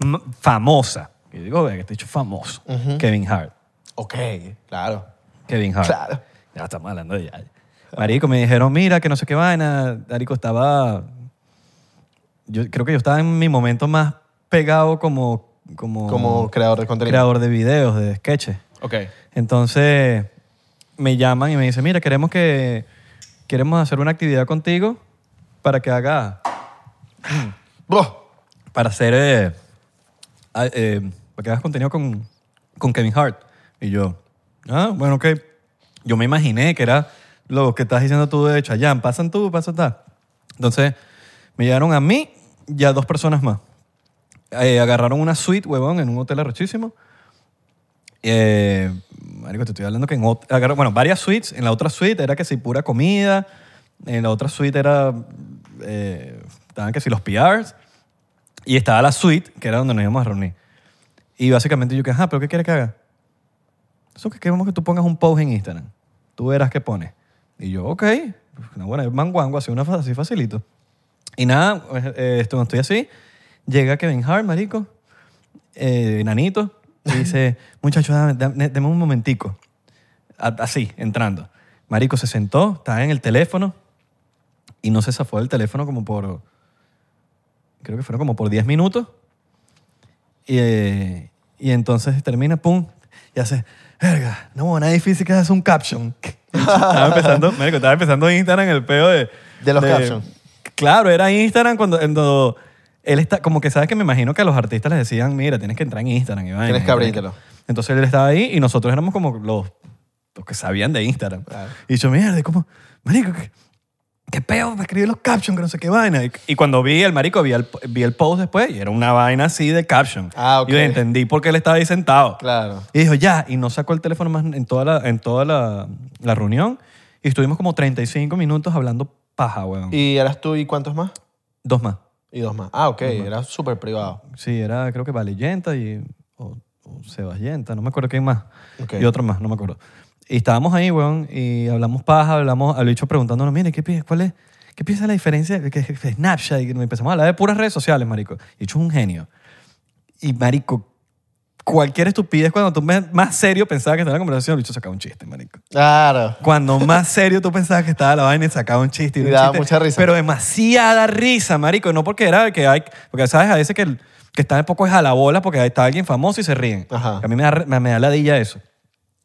Speaker 1: m- famosa. Y digo, ve, que este dicho famoso. Kevin Hart.
Speaker 2: ok, claro.
Speaker 1: Kevin Hart.
Speaker 2: Claro.
Speaker 1: Ya estamos hablando de ya. Marico, me dijeron, mira, que no sé qué vaina. Marico, estaba... Yo creo que yo estaba en mi momento más pegado como... Como,
Speaker 2: Como creador de contenido.
Speaker 1: creador de videos, de sketches.
Speaker 2: Ok.
Speaker 1: Entonces, me llaman y me dicen, mira, queremos que... Queremos hacer una actividad contigo para que haga...
Speaker 2: Bro,
Speaker 1: Para hacer... eh, a- eh, para que hagas contenido con, con Kevin Hart. Y yo, ah, bueno, ok. Yo me imaginé que era lo que estás diciendo tú de Chayanne. Pasan tú, pasan tal. Entonces, me llevaron a mí y a dos personas más. Eh, agarraron una suite, huevón, en un hotel arrechísimo. Eh, marico, te estoy hablando que en ot- agarró- bueno, varias suites. En la otra suite era que si pura comida. En la otra suite era, eh, estaban que si los PRs. Y estaba la suite, que era donde nos íbamos a reunir. Y básicamente yo que, ajá, ¿pero qué quieres que haga? Eso que queremos que tú pongas un post en Instagram. Tú verás qué pones. Y yo, ok. Una buena, es manguango, así, una, fa- así facilito. Y nada, eh, esto, cuando estoy así, llega Kevin Hart, marico, eh, nanito, y dice, muchachos, dame, dame- deme un momentico. A- Así, entrando. Marico se sentó, estaba en el teléfono, y no se zafó del teléfono como por, creo que fueron como por 10 minutos. Y, eh, y entonces termina, pum, y hace, verga, no, nada difícil que hagas un caption. *laughs* estaba empezando, marico, estaba empezando Instagram el peo de...
Speaker 2: De los captions.
Speaker 1: Claro, era Instagram cuando, cuando él está, como que sabes que me imagino que a los artistas les decían, mira, tienes que entrar en Instagram. y vaina,
Speaker 2: Tienes que abrírtelo.
Speaker 1: Entonces él estaba ahí y nosotros éramos como los, los que sabían de Instagram. Y yo, mierda, ¿y ¿cómo? Marico, ¿qué, qué peo para escribir los captions que no sé qué vaina? Y, y cuando vi el marico, vi el, vi el post después y era una vaina así de caption.
Speaker 2: Ah, ok.
Speaker 1: Y yo entendí por qué él estaba ahí sentado.
Speaker 2: Claro.
Speaker 1: Y dijo, ya, y no sacó el teléfono más en toda la, en toda la, la reunión. Y estuvimos como 35 minutos hablando paja, weón.
Speaker 2: ¿Y eras tú y cuántos más?
Speaker 1: Dos más.
Speaker 2: Y dos más. Ah, ok, era súper privado.
Speaker 1: Sí, era creo que Valeyenta y o, o Seballenta, no me acuerdo quién más.
Speaker 2: Ok.
Speaker 1: Y otro más, no me acuerdo. Y estábamos ahí, weón, y hablamos paja, hablamos al bicho preguntándonos, mire, ¿qué piensas? ¿Cuál es? ¿Qué piensas la diferencia de que- de Snapchat? Y empezamos a hablar de puras redes sociales, marico. Y hecho es un genio. Y marico, cualquier estupidez, cuando tú me- más serio pensabas que estaba la conversación, el bicho sacaba un chiste, marico.
Speaker 2: Claro.
Speaker 1: Cuando más serio tú pensabas que estaba la vaina y sacaba un chiste.
Speaker 2: Y
Speaker 1: un
Speaker 2: daba
Speaker 1: chiste,
Speaker 2: mucha risa.
Speaker 1: Pero demasiada risa, marico. No porque era que hay... Porque, ¿sabes? A veces que, el- que están un poco es a la bola porque ahí está alguien famoso y se ríen.
Speaker 2: Ajá.
Speaker 1: A mí me da, re- me, me da ladilla eso.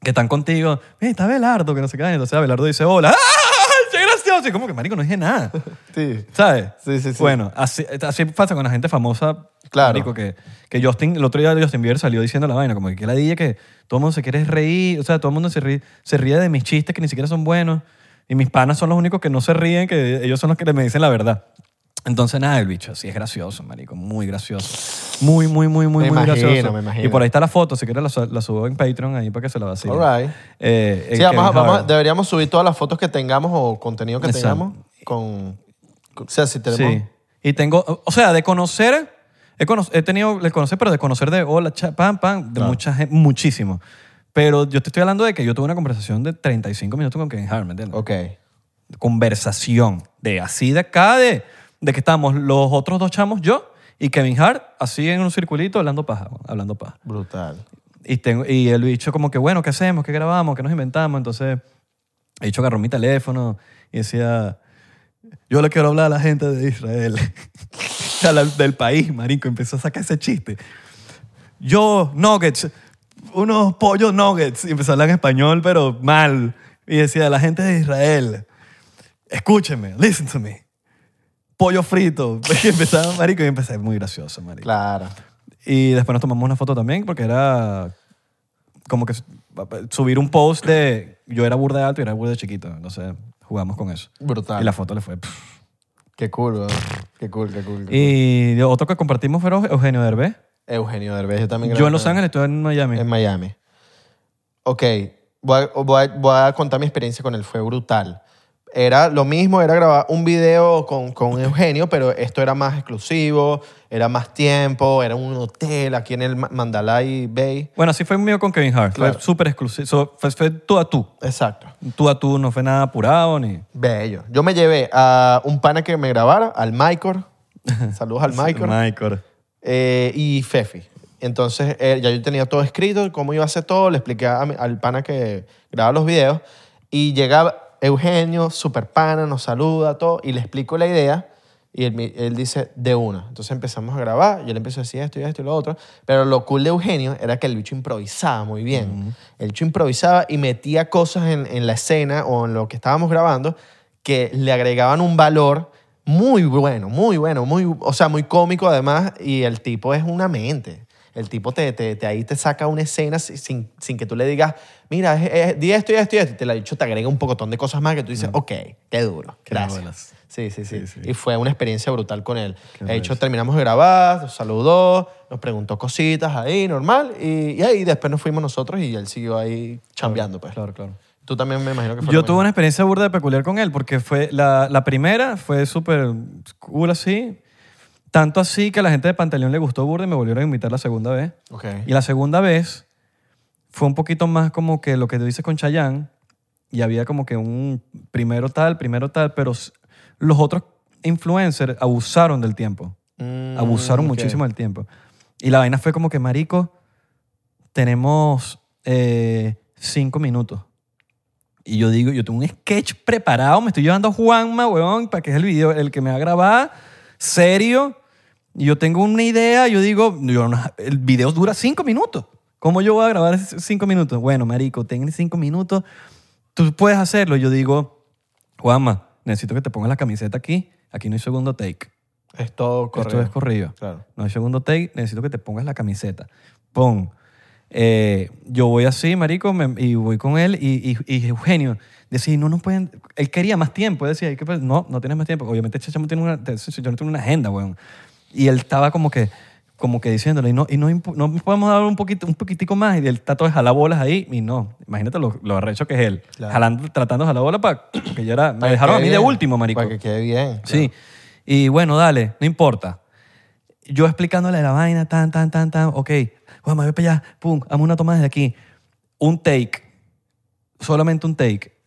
Speaker 1: Que están contigo. Mira, está Belardo, que no sé qué. Entonces Belardo dice, hola. *laughs* ¡Ah! ¡Qué gracioso! Y como que, marico, no dije nada.
Speaker 2: Sí.
Speaker 1: ¿Sabes?
Speaker 2: *laughs* Sí, sí, sí.
Speaker 1: Bueno, así, así pasa con la gente famosa.
Speaker 2: Claro. Me
Speaker 1: muy
Speaker 2: imagino,
Speaker 1: gracioso.
Speaker 2: me imagino.
Speaker 1: Y por ahí está la foto, si quieres la, su- la subo en Patreon ahí para que se la vacilen.
Speaker 2: All right.
Speaker 1: Eh, eh,
Speaker 2: Sí, vamos a-
Speaker 1: Kevin
Speaker 2: vamos a-
Speaker 1: Hart.
Speaker 2: deberíamos subir todas las fotos que tengamos o contenido que
Speaker 1: Exacto.
Speaker 2: tengamos con, con- O sea, si tenemos...
Speaker 1: Sí. Y tengo, o- o sea, de conocer, he, cono- he tenido, de conocer, pero de conocer de hola, cha- pam, pam, de mucha gente, muchísimo. Pero yo te estoy hablando de que yo tuve una conversación de 35 minutos con Kevin Hart, ¿me entiendes?
Speaker 2: Ok.
Speaker 1: Conversación de así de acá, de, de que estamos los otros dos chamos, yo y Kevin Hart, así en un circulito hablando paja, hablando paja.
Speaker 2: Brutal.
Speaker 1: Y, tengo, y el bicho como que, bueno, ¿qué hacemos? ¿Qué grabamos? ¿Qué nos inventamos? Entonces, el bicho agarró mi teléfono y decía, yo le quiero hablar a la gente de Israel, *laughs* a la- del país, marico. Empezó a sacar ese chiste. Yo, nuggets, unos pollos nuggets. Y empezó a hablar en español, pero mal. Y decía, la gente de Israel, escúcheme, listen to me. Pollo frito. *laughs* Y empezaba, marico, y empecé muy gracioso, marico.
Speaker 2: Claro.
Speaker 1: Y después nos tomamos una foto también porque era como que subir un post de yo era burda de alto y era burda de chiquito. Entonces jugamos con eso.
Speaker 2: Brutal.
Speaker 1: Y la foto le fue. pff.
Speaker 2: Qué cool, weón. Qué cool, qué cool. qué cool.
Speaker 1: Y otro que compartimos fue Eugenio Derbez.
Speaker 2: Eugenio Derbez, yo también
Speaker 1: Yo
Speaker 2: grabé
Speaker 1: en Los
Speaker 2: una-
Speaker 1: Ángeles, tú en Miami.
Speaker 2: En Miami. Ok, voy a, voy a- voy a contar mi experiencia con él, fue brutal. Era lo mismo, era grabar un video con, con Eugenio, pero esto era más exclusivo, era más tiempo, era un hotel aquí en el Ma- Mandalay Bay.
Speaker 1: Bueno, así fue mío con Kevin Hart.
Speaker 2: Claro.
Speaker 1: Fue súper exclusivo. So, fue, fue tú a tú.
Speaker 2: Exacto.
Speaker 1: Tú a tú, no fue nada apurado ni...
Speaker 2: Bello. Yo me llevé a un pana que me grabara,
Speaker 1: *laughs*
Speaker 2: al Michael. Saludos al Michael.
Speaker 1: Michael.
Speaker 2: eh, y Fefi. Entonces eh, ya yo tenía todo escrito, cómo iba a hacer todo, le expliqué a mi- al pana que graba los videos y llegaba Eugenio, super pana, nos saluda, todo, y le explico la idea y él, me- él dice de una. Entonces empezamos a grabar, yo le empiezo a decir esto y esto y lo otro, pero lo cool de Eugenio era que el bicho improvisaba muy bien. El bicho improvisaba y metía cosas en, en la escena o en lo que estábamos grabando que le agregaban un valor muy bueno, muy bueno, muy, o sea, muy cómico además, y el tipo es una mente. El tipo te, te, te- ahí te saca una escena si- sin, sin que tú le digas, mira, es- es- di esto y esto y esto. Y te la dicho, te agrega un pocotón de cosas más que tú dices, ok, qué duro.
Speaker 1: Mm. Qué bolas.
Speaker 2: Gracias. Sí sí, sí,
Speaker 1: Sí, sí.
Speaker 2: Y fue una experiencia brutal con él.
Speaker 1: Qué
Speaker 2: de hecho,
Speaker 1: risa.
Speaker 2: terminamos de grabar, nos saludó, nos preguntó cositas ahí, normal. Y, y ahí después nos fuimos nosotros y él siguió ahí chambeando, pues.
Speaker 1: Claro, claro.
Speaker 2: Tú también me imagino que fue
Speaker 1: Yo
Speaker 2: lo
Speaker 1: tuve
Speaker 2: mismo.
Speaker 1: una experiencia burda de peculiar con él porque fue la, la primera fue súper cool así. Tanto así que a la gente de Pantaleón le gustó burda y me volvieron a invitar la segunda vez.
Speaker 2: Ok.
Speaker 1: Y la segunda vez fue un poquito más como que lo que tú dices con Chayanne y había como que un primero tal, primero tal, pero s- los otros influencers abusaron del tiempo.
Speaker 2: Mm,
Speaker 1: Abusaron
Speaker 2: ok.
Speaker 1: muchísimo del tiempo. Y la vaina fue como que, marico, tenemos eh, cinco minutos. Y yo digo, yo tengo un sketch preparado, me estoy llevando a Juanma, weón, para que es el video, el que me va a grabar, serio. Y yo tengo una idea, yo digo, yo no- el video dura cinco minutos. ¿Cómo yo voy a grabar esos cinco minutos? Bueno, marico, ten cinco minutos, tú puedes hacerlo. Y yo digo, Juanma, necesito que te pongas la camiseta aquí, aquí no hay segundo take.
Speaker 2: Es todo correcto.
Speaker 1: Esto es corrido.
Speaker 2: Claro.
Speaker 1: No hay segundo take, necesito que te pongas la camiseta. Pon. Eh, yo voy así, marico, me- y voy con él y, y- y Eugenio decía, no nos pueden... Él quería más tiempo, él decía, "Ay, ¿qué pasa? no, no tienes más tiempo. Obviamente este chamo tiene una, te- ese señor tiene una agenda, weón. Y él estaba como que, como que diciéndole, y no, y no, impu- no podemos dar un, poquito, un poquitico más. Y él está todo de jalar bolas ahí, y no, imagínate lo, lo arrecho que es él,
Speaker 2: Claro.
Speaker 1: jalando, tratando de jalar bolas para que yo era... Me
Speaker 2: Para que
Speaker 1: dejaron a
Speaker 2: quede
Speaker 1: mí de
Speaker 2: bien,
Speaker 1: último, marico.
Speaker 2: Para que quede bien.
Speaker 1: Sí. Y bueno, dale, no importa. Yo explicándole la vaina, tan, tan, tan, tan, ok, vamos, voy para allá, pum, hazme una toma desde aquí. Un take, solamente un take.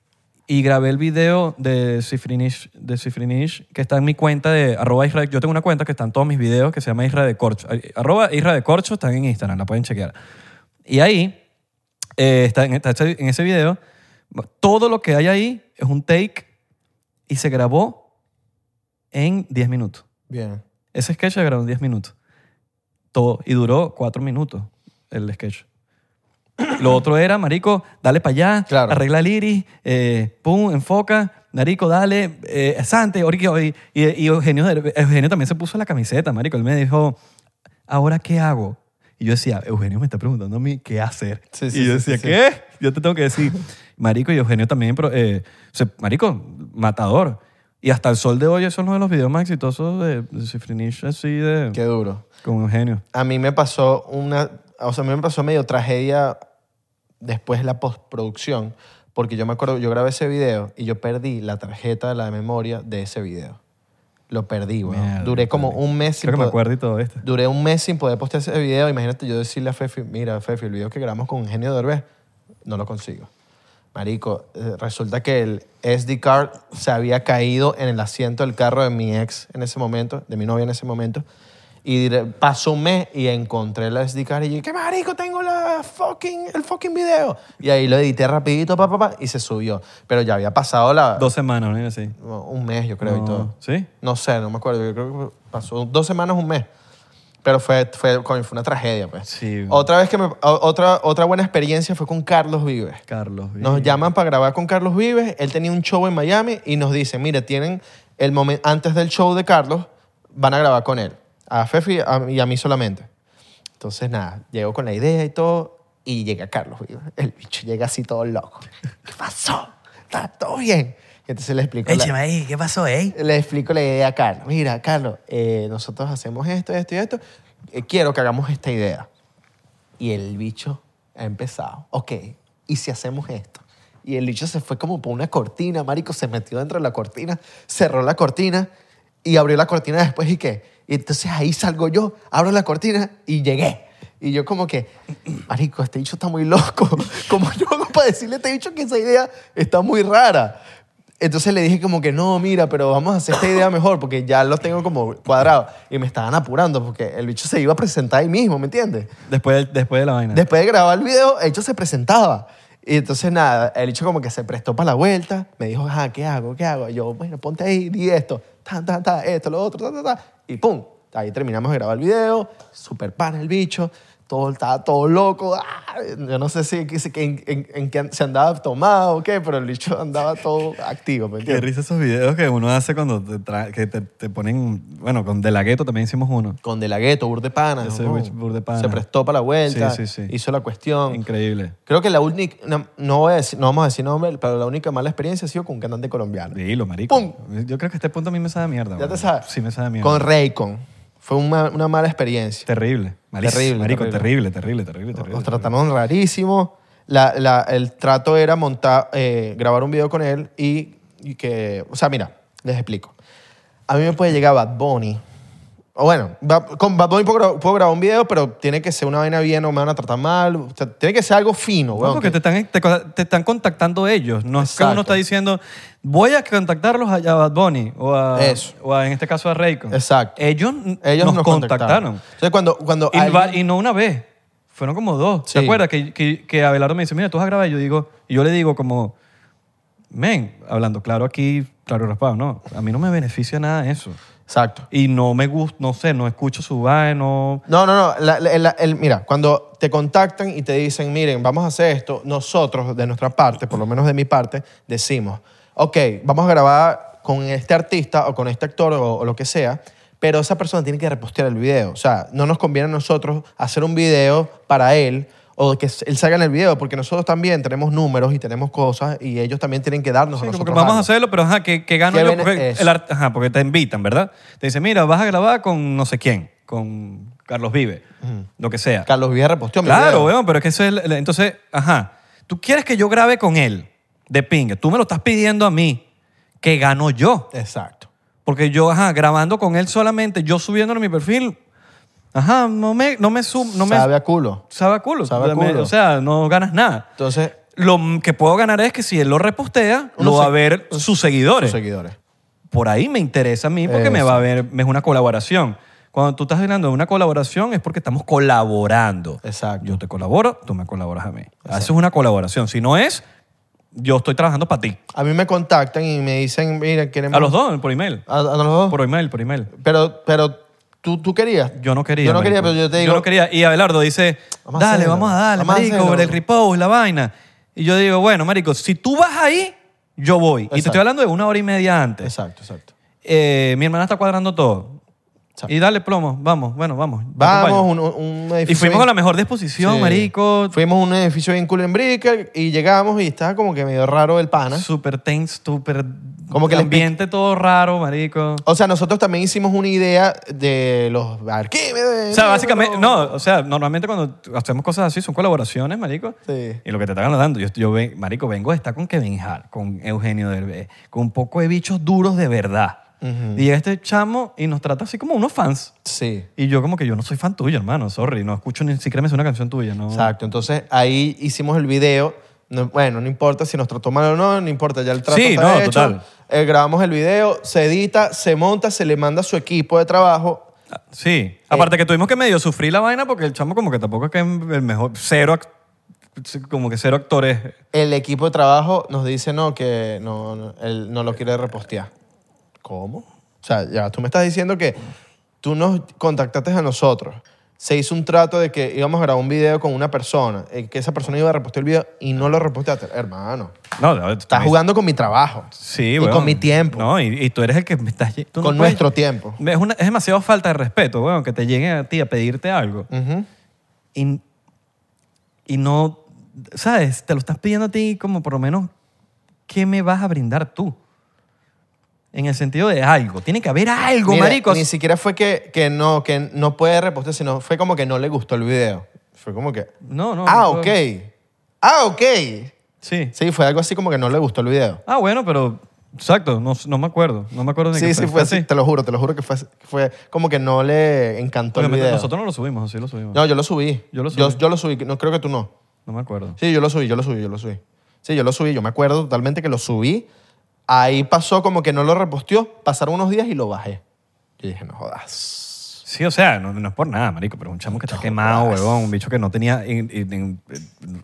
Speaker 1: Y grabé el video de Sifrinish, de Sifrinish que está en mi cuenta de arroba Isra- Yo tengo una cuenta que están todos mis videos que se llama Isra de Corcho. Arroba Isra de Corcho están en Instagram, la pueden chequear. Y ahí, eh, está, en, está ese- en ese video, todo lo que hay ahí es un take y se grabó en 10 minutos.
Speaker 2: Bien.
Speaker 1: Ese sketch se grabó en 10 minutos. Todo. Y duró 4 minutos el sketch. Lo otro era, marico, dale para allá,
Speaker 2: Claro.
Speaker 1: arregla el iris, eh, pum, enfoca, marico, dale, eh, Sante, ahorita- y, y Eugenio, Eugenio también se puso la camiseta, marico. Él me dijo, ¿ahora qué hago? Y yo decía, Eugenio me está preguntando a mí qué hacer.
Speaker 2: Sí, sí,
Speaker 1: y yo
Speaker 2: sí,
Speaker 1: decía,
Speaker 2: sí, sí.
Speaker 1: ¿qué? *laughs* Yo te tengo que decir. Marico y Eugenio también, pero, eh, se- marico, matador. Y hasta el sol de hoy, eso es uno de los videos más exitosos de, de Cifrinish, así de...
Speaker 2: Qué duro.
Speaker 1: Con Eugenio.
Speaker 2: A mí me pasó una. O sea, a mí me pasó medio tragedia después de la postproducción. Porque yo me acuerdo, yo grabé ese video y yo perdí la tarjeta de la memoria de ese video. Lo perdí, weón.
Speaker 1: Mierda,
Speaker 2: Duré como
Speaker 1: marico.
Speaker 2: un mes sin
Speaker 1: Creo que me
Speaker 2: poder-
Speaker 1: acuerdo y todo esto.
Speaker 2: Duré un mes sin poder postear ese video. Imagínate yo decirle a Fefi, mira, Fefi, el video que grabamos con Eugenio Derbez, no lo consigo. Marico, eh, resulta que el SD card se había caído en el asiento del carro de mi ex en ese momento, de mi novia en ese momento. Y dire- pasó un mes y encontré la SD card y dije, ¿qué marico? Tengo la fucking, el fucking video. Y ahí lo edité rapidito, pa, pa, pa, y se subió. Pero ya había pasado la,
Speaker 1: Dos semanas, ¿no? Así.
Speaker 2: un mes, yo creo,
Speaker 1: No.
Speaker 2: y todo.
Speaker 1: ¿Sí?
Speaker 2: No sé, no me acuerdo. Yo creo que pasó dos semanas, un mes. Pero fue, fue, coño, fue una tragedia, pues.
Speaker 1: Sí.
Speaker 2: Otra vez que me- o- otra, otra buena experiencia fue con Carlos Vives.
Speaker 1: Carlos.
Speaker 2: Nos
Speaker 1: bien.
Speaker 2: llaman para grabar con Carlos Vives. Él tenía un show en Miami y nos dice, mire, tienen el momento antes del show de Carlos, van a grabar con él. A Fefi a- y a mí solamente. Entonces, nada, llego con la idea y todo, y llega Carlos Vives. El bicho llega así todo loco. *laughs* ¿Qué pasó? ¿Está todo bien? Y entonces le explico. la-
Speaker 1: ¿qué pasó, eh?
Speaker 2: le explico la idea a Carlos. Mira, Carlos, eh, nosotros hacemos esto, esto y esto. Eh, quiero que hagamos esta idea. Y el bicho ha empezado. Ok, ¿y si hacemos esto? Y el bicho se fue como por una cortina, marico, se metió dentro de la cortina, cerró la cortina y abrió la cortina después y qué. Y entonces ahí salgo yo, abro la cortina y llegué. Y yo como que, marico, este bicho está muy loco. *laughs* ¿Cómo yo hago para decirle a este bicho que esa idea está muy rara? Entonces le dije como que no, mira, pero vamos a hacer esta idea mejor porque ya lo tengo como cuadrado. Y me estaban apurando porque el bicho se iba a presentar ahí mismo, ¿me entiendes?
Speaker 1: Después, de- después de la vaina.
Speaker 2: Después de grabar el video, el hecho se presentaba. Y entonces, nada, el hecho como que se prestó para la vuelta. Me dijo, ah, ¿qué hago? ¿Qué hago? Y yo, bueno, ponte ahí, di esto, ta, ta, ta, esto, lo otro, ta, ta, ta. Y pum, ahí terminamos de grabar el video. Super pan el bicho. Todo, estaba todo loco. ¡ah! Yo no sé si, si- que en, en- en qué se andaba tomado o qué, pero el bicho andaba todo activo, ¿me
Speaker 1: Qué
Speaker 2: entiendes?
Speaker 1: risa esos videos que uno hace cuando te, tra- que te, te ponen... Bueno, con De La Ghetto también hicimos uno.
Speaker 2: Con De La Ghetto, Burde Pana.
Speaker 1: Ese
Speaker 2: ¿no?
Speaker 1: bicho, Burde Pana.
Speaker 2: Se prestó para la vuelta,
Speaker 1: Sí, sí, sí.
Speaker 2: hizo la cuestión.
Speaker 1: Increíble.
Speaker 2: Creo que la única, no, no voy a decir- no vamos a decir nombre, pero la única mala experiencia ha sido con un cantante colombiano.
Speaker 1: Dilo, marico.
Speaker 2: ¡Pum!
Speaker 1: Yo creo que a este punto a mí me sabe mierda.
Speaker 2: Ya
Speaker 1: weón.
Speaker 2: te sabes.
Speaker 1: Sí, me sabe mierda.
Speaker 2: Con Raycon. Fue una, una mala experiencia.
Speaker 1: Terrible. Malísimo,
Speaker 2: Terrible,
Speaker 1: Marico,
Speaker 2: terrible.
Speaker 1: terrible, terrible, terrible. terrible,
Speaker 2: Nos trataron rarísimo. La- la- el trato era montar, eh, grabar un video con él y, y que, o sea, mira, les explico. A mí me puede llegar Bad Bunny. O bueno, Ba- con Bad Bunny puedo, gra- puedo grabar un video, pero tiene que ser una vaina bien, no me van a tratar mal. O sea, tiene que ser algo fino,
Speaker 1: No,
Speaker 2: weón.
Speaker 1: porque te están, te, te están contactando ellos. No es que
Speaker 2: Exacto.
Speaker 1: uno está diciendo, voy a contactarlos a a Bad Bunny o, a,
Speaker 2: Eso.
Speaker 1: o a, en este caso a Reiko.
Speaker 2: Exacto.
Speaker 1: Ellos, n-
Speaker 2: Ellos
Speaker 1: nos,
Speaker 2: nos
Speaker 1: contactaron.
Speaker 2: Entonces, cuando, cuando
Speaker 1: Y,
Speaker 2: alguien-
Speaker 1: va- y no una vez, fueron como dos. ¿Te
Speaker 2: Sí.
Speaker 1: acuerdas que, que, que Abelardo me dice, mira, tú vas a grabar? Y yo, digo, y yo le digo como, men, hablando claro aquí, claro raspado, no, a mí no me beneficia nada eso.
Speaker 2: Exacto.
Speaker 1: Y no me gusta, no sé, no escucho su vaina, no...
Speaker 2: No, no, no. La- la- la- el- mira, cuando te contactan y te dicen, miren, vamos a hacer esto, nosotros, de nuestra parte, por lo menos de mi parte, decimos, ok, vamos a grabar con este artista o con este actor o, o lo que sea, pero esa persona tiene que repostear el video. O sea, no nos conviene a nosotros hacer un video para él o que s- él salga en el video, porque nosotros también tenemos números y tenemos cosas y ellos también tienen que darnos
Speaker 1: Sí,
Speaker 2: a
Speaker 1: como que
Speaker 2: nosotros.
Speaker 1: vamos a
Speaker 2: algo.
Speaker 1: hacerlo, pero ajá, que, que gano
Speaker 2: ¿Qué
Speaker 1: yo.
Speaker 2: ven-
Speaker 1: Porque,
Speaker 2: eso?
Speaker 1: el art- ajá, porque te invitan, ¿verdad? Te dicen, mira, vas a grabar con no sé quién, con Carlos Vive, lo que sea.
Speaker 2: Carlos Villa reposteó mi
Speaker 1: Claro,
Speaker 2: video.
Speaker 1: weón, pero es que eso es. el- el- entonces, ajá. Tú quieres que yo grabe con él, de pinga. Tú me lo estás pidiendo a mí, que gano yo.
Speaker 2: Exacto.
Speaker 1: Porque yo, ajá, grabando con él solamente, yo subiéndolo en mi perfil, ajá, no me, no me, sub- no me
Speaker 2: Sabe a culo.
Speaker 1: sabe a culo.
Speaker 2: Sabe a
Speaker 1: Me-
Speaker 2: culo.
Speaker 1: O sea, no ganas nada.
Speaker 2: Entonces,
Speaker 1: Lo m- que puedo ganar es que si él lo repostea,
Speaker 2: Uno
Speaker 1: lo va
Speaker 2: se- pues
Speaker 1: a ver sus seguidores.
Speaker 2: sus seguidores.
Speaker 1: Por ahí me interesa a mí porque me va a ver, es una colaboración. Cuando tú estás hablando de una colaboración es porque estamos colaborando.
Speaker 2: Exacto.
Speaker 1: Yo te colaboro, tú me colaboras a mí. Eso es una colaboración. Si no es, yo estoy trabajando para ti.
Speaker 2: A mí me contactan y me dicen, mira, queremos...
Speaker 1: A los dos, por email.
Speaker 2: A, a los dos.
Speaker 1: Por email, por email.
Speaker 2: Pero, pero tú, tú querías.
Speaker 1: Yo no quería.
Speaker 2: Yo no
Speaker 1: marico.
Speaker 2: quería, pero yo te digo...
Speaker 1: Yo no quería. Y Abelardo dice,
Speaker 2: Vamos a
Speaker 1: dale,
Speaker 2: hacerlo.
Speaker 1: vamos a darle,
Speaker 2: Vamos a
Speaker 1: marico,
Speaker 2: hacerlo.
Speaker 1: el repost, la vaina. Y yo digo, bueno, marico, si tú vas ahí, yo voy. Y te
Speaker 2: Exacto.
Speaker 1: estoy hablando de una hora y media antes.
Speaker 2: Exacto, exacto.
Speaker 1: Eh, mi hermana está cuadrando todo.
Speaker 2: Exacto.
Speaker 1: Y dale plomo, vamos, bueno, vamos. te
Speaker 2: Vamos,
Speaker 1: acompaño.
Speaker 2: un, un edificio...
Speaker 1: Y fuimos
Speaker 2: bien-
Speaker 1: con la mejor disposición,
Speaker 2: Sí.
Speaker 1: marico.
Speaker 2: Fuimos a un edificio bien cool en Brickell y llegamos y estaba como que medio raro el pana.
Speaker 1: Súper tense, súper...
Speaker 2: Como que
Speaker 1: el
Speaker 2: le
Speaker 1: ambiente todo raro, marico.
Speaker 2: O sea, nosotros también hicimos una idea de los Arquímedes.
Speaker 1: O sea, básicamente, no, o sea, normalmente cuando hacemos cosas así son colaboraciones, marico.
Speaker 2: Sí.
Speaker 1: Y lo que te están dando, yo, yo ven- marico, vengo está con Kevin Hart, con Eugenio Derbez, con un poco de bichos duros de verdad. Y llega este chamo y nos trata así como unos fans.
Speaker 2: Sí.
Speaker 1: Y yo como que yo no soy fan tuyo, hermano, sorry, no escucho ni siquiera me suena una canción tuya, ¿no?
Speaker 2: Exacto. Entonces, ahí hicimos el video. No- bueno, no importa si nos trató mal o no, no importa, ya el trato
Speaker 1: Sí,
Speaker 2: está
Speaker 1: no,
Speaker 2: hecho.
Speaker 1: total.
Speaker 2: Eh, grabamos el video, se edita, se monta, se le manda a su equipo de trabajo.
Speaker 1: Ah, Sí. Aparte que tuvimos que medio sufrir la vaina porque el chamo como que tampoco es que es el mejor, cero, act- como que cero actores.
Speaker 2: El equipo de trabajo nos dice no, que no, no, él no lo quiere repostear. ¿Cómo? O sea, ya tú me estás diciendo que tú nos contactaste a nosotros. Se hizo un trato de que íbamos a grabar un video con una persona, eh, que esa persona iba a repostear el video y no lo reposteaste. Hermano,
Speaker 1: No, no, tú
Speaker 2: estás
Speaker 1: me-
Speaker 2: jugando con mi trabajo.
Speaker 1: Sí,
Speaker 2: Y
Speaker 1: weón.
Speaker 2: con mi tiempo.
Speaker 1: No, y, y tú eres el que me estás... lle- tú no
Speaker 2: Con
Speaker 1: puedes-
Speaker 2: nuestro tiempo.
Speaker 1: Es, una- es demasiado falta de respeto, weón, que te lleguen a ti a pedirte algo.
Speaker 2: Ujú.
Speaker 1: Y, y no, ¿sabes? Te lo estás pidiendo a ti como por lo menos, ¿qué me vas a brindar tú? En el sentido de algo. Tiene que haber algo,
Speaker 2: Mira,
Speaker 1: marico.
Speaker 2: Ni siquiera fue que, que no, que no puede repostear, sino fue como que no le gustó el video. Fue como que.
Speaker 1: No, no.
Speaker 2: ah,
Speaker 1: no
Speaker 2: ok.
Speaker 1: puedo.
Speaker 2: Ah, ok.
Speaker 1: Sí.
Speaker 2: Sí, fue algo así como que no le gustó el video.
Speaker 1: Ah, bueno, pero exacto, no, no me acuerdo. No me acuerdo de
Speaker 2: Sí,
Speaker 1: que
Speaker 2: sí, fue así. Te lo juro, te lo juro que fue, así. fue como que no le encantó el
Speaker 1: Obviamente
Speaker 2: video.
Speaker 1: Pues nosotros no lo subimos, sí lo subimos. No,
Speaker 2: No, yo lo subí.
Speaker 1: Yo lo subí.
Speaker 2: Yo, yo lo subí, no creo que tú no.
Speaker 1: me acuerdo.
Speaker 2: Sí, yo lo subí, yo lo subí, yo lo subí. Sí, yo lo subí, yo me acuerdo totalmente que lo subí. Ahí pasó como que no lo reposteó, pasaron unos días y lo bajé. Yo dije, no jodas.
Speaker 1: Sí, o sea, no, no es por nada, marico, pero es un chamo que está quemado, huevón, un bicho que no tenía, en- en- en-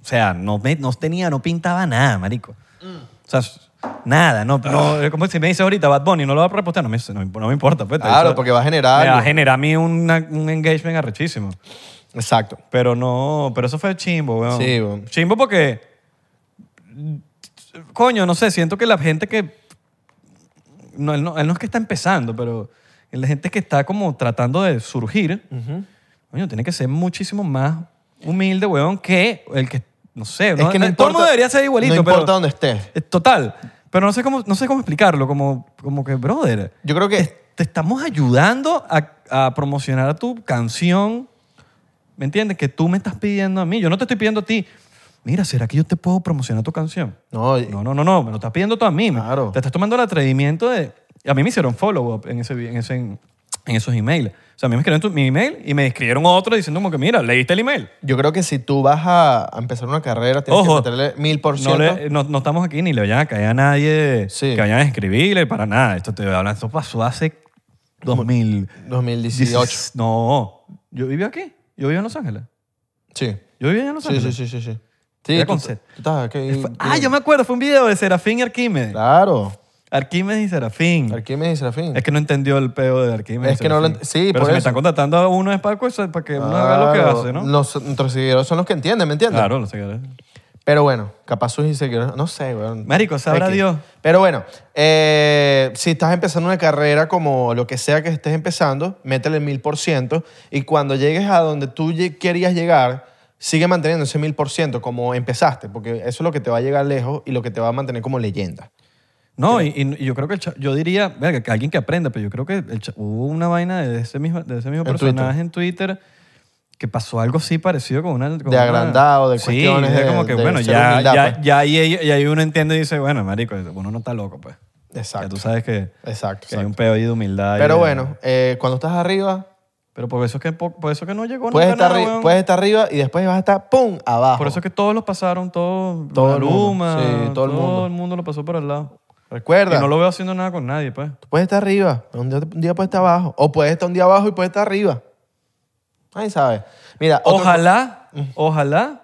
Speaker 1: o sea, no, me- no tenía, no pintaba nada, marico. O sea, s- nada, no,
Speaker 2: Ah.
Speaker 1: no, como si me dice ahorita Bad Bunny, no lo va a repostar, no me, no, me- no me importa. Pues,
Speaker 2: Claro,
Speaker 1: eso
Speaker 2: porque va a generar
Speaker 1: Me va a
Speaker 2: algo.
Speaker 1: generar a mí una- un engagement arrechísimo.
Speaker 2: Exacto.
Speaker 1: Pero no, pero eso fue chimbo, weón.
Speaker 2: Sí, weón.
Speaker 1: Chimbo porque. Coño, no sé, siento que la gente que. No, él, no, él no es que está empezando, pero la gente que está como tratando de surgir, coño, tiene que ser muchísimo más humilde, weón, que el que. No sé,
Speaker 2: Es
Speaker 1: no,
Speaker 2: que no
Speaker 1: no-
Speaker 2: importa-
Speaker 1: eh, todo el mundo debería ser igualito.
Speaker 2: no importa
Speaker 1: pero-
Speaker 2: dónde estés.
Speaker 1: Eh, Total. Pero no sé cómo, no sé cómo explicarlo, como, como que, brother.
Speaker 2: Yo creo que-
Speaker 1: Te, te estamos ayudando a, a promocionar tu canción. ¿Me entiendes? Que tú me estás pidiendo a mí. Yo no te estoy pidiendo a ti. Mira, ¿será que yo te puedo promocionar tu canción?
Speaker 2: No,
Speaker 1: No, no, no, no. Me lo estás pidiendo tú a mí.
Speaker 2: Claro.
Speaker 1: Te estás tomando el atrevimiento de. A mí me hicieron follow-up en, ese, en, ese, en esos emails. O sea, a mí me escribieron tu- mi email y me escribieron otro diciendo como que, mira, leíste el email.
Speaker 2: yo creo que si tú vas a, a empezar una carrera, tienes
Speaker 1: Ojo,
Speaker 2: que meterle mil por
Speaker 1: No,
Speaker 2: ciento.
Speaker 1: le- no, no estamos aquí ni le vayan a caer a nadie
Speaker 2: Sí.
Speaker 1: que vayan a escribirle para nada. Esto te hablan, esto pasó hace 2000.
Speaker 2: 2018.
Speaker 1: No, yo vivía aquí. Yo vivía en Los Ángeles.
Speaker 2: Sí.
Speaker 1: Yo vivía en Los
Speaker 2: Sí, sí,
Speaker 1: Ángeles.
Speaker 2: sí, sí, sí.
Speaker 1: Era
Speaker 2: Sí, tú,
Speaker 1: con
Speaker 2: tú
Speaker 1: set.
Speaker 2: estás aquí.
Speaker 1: Fue- Ah, yo me acuerdo, fue un video de Serafín y Arquímedes.
Speaker 2: Claro.
Speaker 1: Arquímedes y Serafín.
Speaker 2: Arquímedes y Serafín.
Speaker 1: Es que no entendió el peo de Arquímedes.
Speaker 2: Es que no lo
Speaker 1: Serafín.
Speaker 2: ent- sí,
Speaker 1: Pero
Speaker 2: por
Speaker 1: si me
Speaker 2: eso. Ah,
Speaker 1: están contratando a uno es para, cosa- para que uno haga lo que
Speaker 2: Claro.
Speaker 1: hace, ¿no?
Speaker 2: Los- Nuestros seguidores son los que entienden, ¿me entiendes?
Speaker 1: Claro, no sé qué.
Speaker 2: Pero bueno, capaz sus seguidores, no sé, weón.
Speaker 1: Marico, sabrá
Speaker 2: X.
Speaker 1: Dios.
Speaker 2: Pero bueno, eh, si estás empezando una carrera como lo que sea que estés empezando, métele el mil por ciento y cuando llegues a donde tú lle- querías llegar, sigue manteniendo ese mil por ciento como empezaste, porque eso es lo que te va a llegar lejos y lo que te va a mantener como leyenda.
Speaker 1: No, y, y- y yo creo que el cha- yo diría, verga, que alguien que aprenda, pero yo creo que el cha- hubo una vaina de ese mismo, de ese mismo
Speaker 2: En
Speaker 1: personaje en Twitter que pasó algo así parecido con una... con
Speaker 2: De
Speaker 1: una-
Speaker 2: agrandado, de
Speaker 1: sí,
Speaker 2: cuestiones
Speaker 1: era
Speaker 2: de-
Speaker 1: como que,
Speaker 2: de
Speaker 1: bueno,
Speaker 2: ser
Speaker 1: ya,
Speaker 2: humildad,
Speaker 1: ya,
Speaker 2: pues.
Speaker 1: ya ahí, y ahí uno entiende y dice, bueno, marico, uno no está loco, pues. Ya
Speaker 2: Exacto.
Speaker 1: tú sabes que,
Speaker 2: Exacto.
Speaker 1: que hay un
Speaker 2: exacto.
Speaker 1: pedo ahí de humildad. y
Speaker 2: Pero
Speaker 1: de-
Speaker 2: bueno, eh, cuando estás arriba,
Speaker 1: Pero por eso es que, po- por, eso es que no llegó
Speaker 2: puedes
Speaker 1: nunca
Speaker 2: estar,
Speaker 1: nada,
Speaker 2: arri-
Speaker 1: weón.
Speaker 2: puedes estar arriba y después vas a estar ¡pum! abajo.
Speaker 1: Por eso es que todos los pasaron, todos...
Speaker 2: Todo el mundo,
Speaker 1: Maluma,
Speaker 2: sí, todo el mundo.
Speaker 1: lo pasó por al lado. Y
Speaker 2: Recuerda.
Speaker 1: no lo veo haciendo nada con nadie, pues.
Speaker 2: Tú puedes estar arriba, pero un día, un día puedes estar abajo. O puedes estar un día abajo y puedes estar arriba. Nadie sabe. Mira, otro-
Speaker 1: Ojalá, ojalá,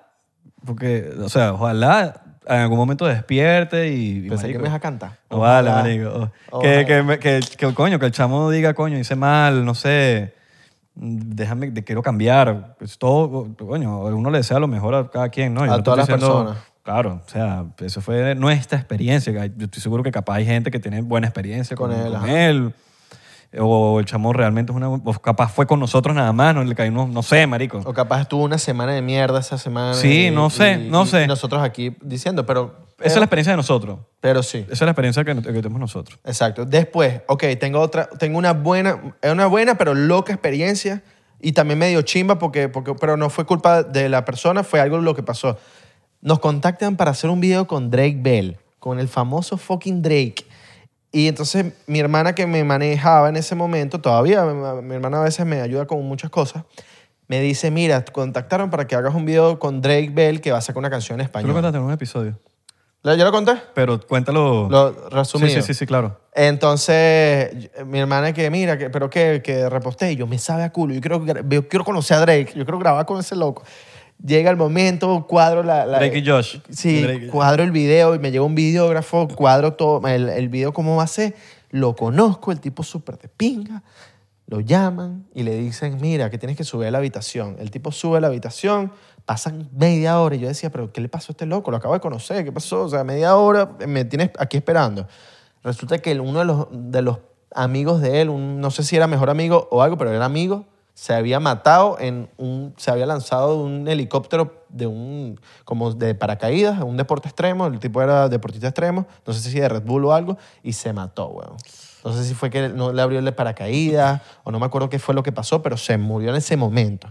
Speaker 1: porque, o sea, ojalá en algún momento despierte y. y
Speaker 2: Pensé que
Speaker 1: marico,
Speaker 2: me ibas a cantar.
Speaker 1: no vale,
Speaker 2: Ojalá.
Speaker 1: marico. o-
Speaker 2: Ojalá.
Speaker 1: Que, que, me- que, que, coño, que el chamo diga, coño, hice mal, no sé, mm, déjame, te quiero cambiar. Pues todo, coño, uno le desea lo mejor a cada quien, ¿no?
Speaker 2: A
Speaker 1: no
Speaker 2: todas las
Speaker 1: estoy
Speaker 2: personas.
Speaker 1: Claro, o sea, eso fue nuestra experiencia. que hay- Yo estoy seguro que capaz hay gente que tiene buena experiencia con,
Speaker 2: Con él,
Speaker 1: con
Speaker 2: ajá.
Speaker 1: él. O el chamo realmente es una... o capaz fue con nosotros nada más, no le caímos, no sé, marico.
Speaker 2: O capaz estuvo una semana de mierda esa semana.
Speaker 1: Sí, no sé, no sé.
Speaker 2: y nosotros aquí diciendo, pero...
Speaker 1: Esa es la experiencia de nosotros.
Speaker 2: Pero sí,
Speaker 1: Esa es la experiencia que, que tenemos nosotros.
Speaker 2: exacto. Después, ok, tengo otra, tengo una buena, eh, una buena pero loca experiencia y también medio chimba porque, porque, pero no fue culpa de la persona, fue algo lo que pasó. Nos contactan para hacer un video con Drake Bell, con el famoso fucking Drake. Y entonces mi hermana que me manejaba en ese momento, todavía mi mi hermana a veces me ayuda con muchas cosas, me dice, mira, te contactaron para que hagas un video con Drake Bell que va a sacar una canción en
Speaker 1: Tú lo
Speaker 2: español.
Speaker 1: contaste en un episodio.
Speaker 2: ¿Ya lo conté?
Speaker 1: Pero cuéntalo.
Speaker 2: Lo
Speaker 1: sí,
Speaker 2: resumido.
Speaker 1: sí, sí, sí, claro.
Speaker 2: Entonces, yo- mi hermana que mira, que, pero que, que reposté, y yo me sabe a culo, yo quiero, gra- yo quiero conocer a Drake, yo quiero grabar con ese loco. Llega el momento, cuadro la... la-
Speaker 1: Drake y Josh.
Speaker 2: Sí,
Speaker 1: Drake y-
Speaker 2: cuadro el video y me llega un videógrafo, cuadro todo, el, el video cómo va a ser, lo conozco, el tipo súper de pinga, lo llaman y le dicen, mira, que tienes que subir a la habitación. El tipo sube a la habitación, pasan media hora y yo decía, pero ¿qué le pasó a este loco? Lo acabo de conocer, ¿qué pasó? O sea, media hora me tienes aquí esperando. Resulta que el- uno de los, de los amigos de él, un- no sé si era mejor amigo o algo, pero era amigo, se había matado en un, se había lanzado de un helicóptero de un, como de paracaídas, un deporte extremo, el tipo era deportista extremo, no sé si de Red Bull o algo, y se mató, weón. No sé si fue que no le abrió el paracaídas o no me acuerdo qué fue lo que pasó, pero se murió en ese momento.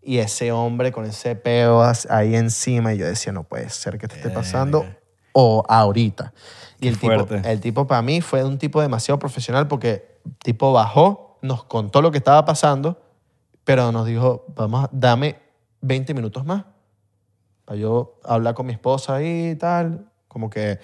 Speaker 2: Y ese hombre con ese peo as- ahí encima, y yo decía, no puede ser que te esté pasando o ahorita. Y el tipo,
Speaker 1: fuerte.
Speaker 2: el tipo para mí fue un tipo demasiado profesional porque el tipo bajó, nos contó lo que estaba pasando, pero nos dijo, vamos, a- dame 20 minutos más. Para yo hablar con mi esposa ahí y tal, como que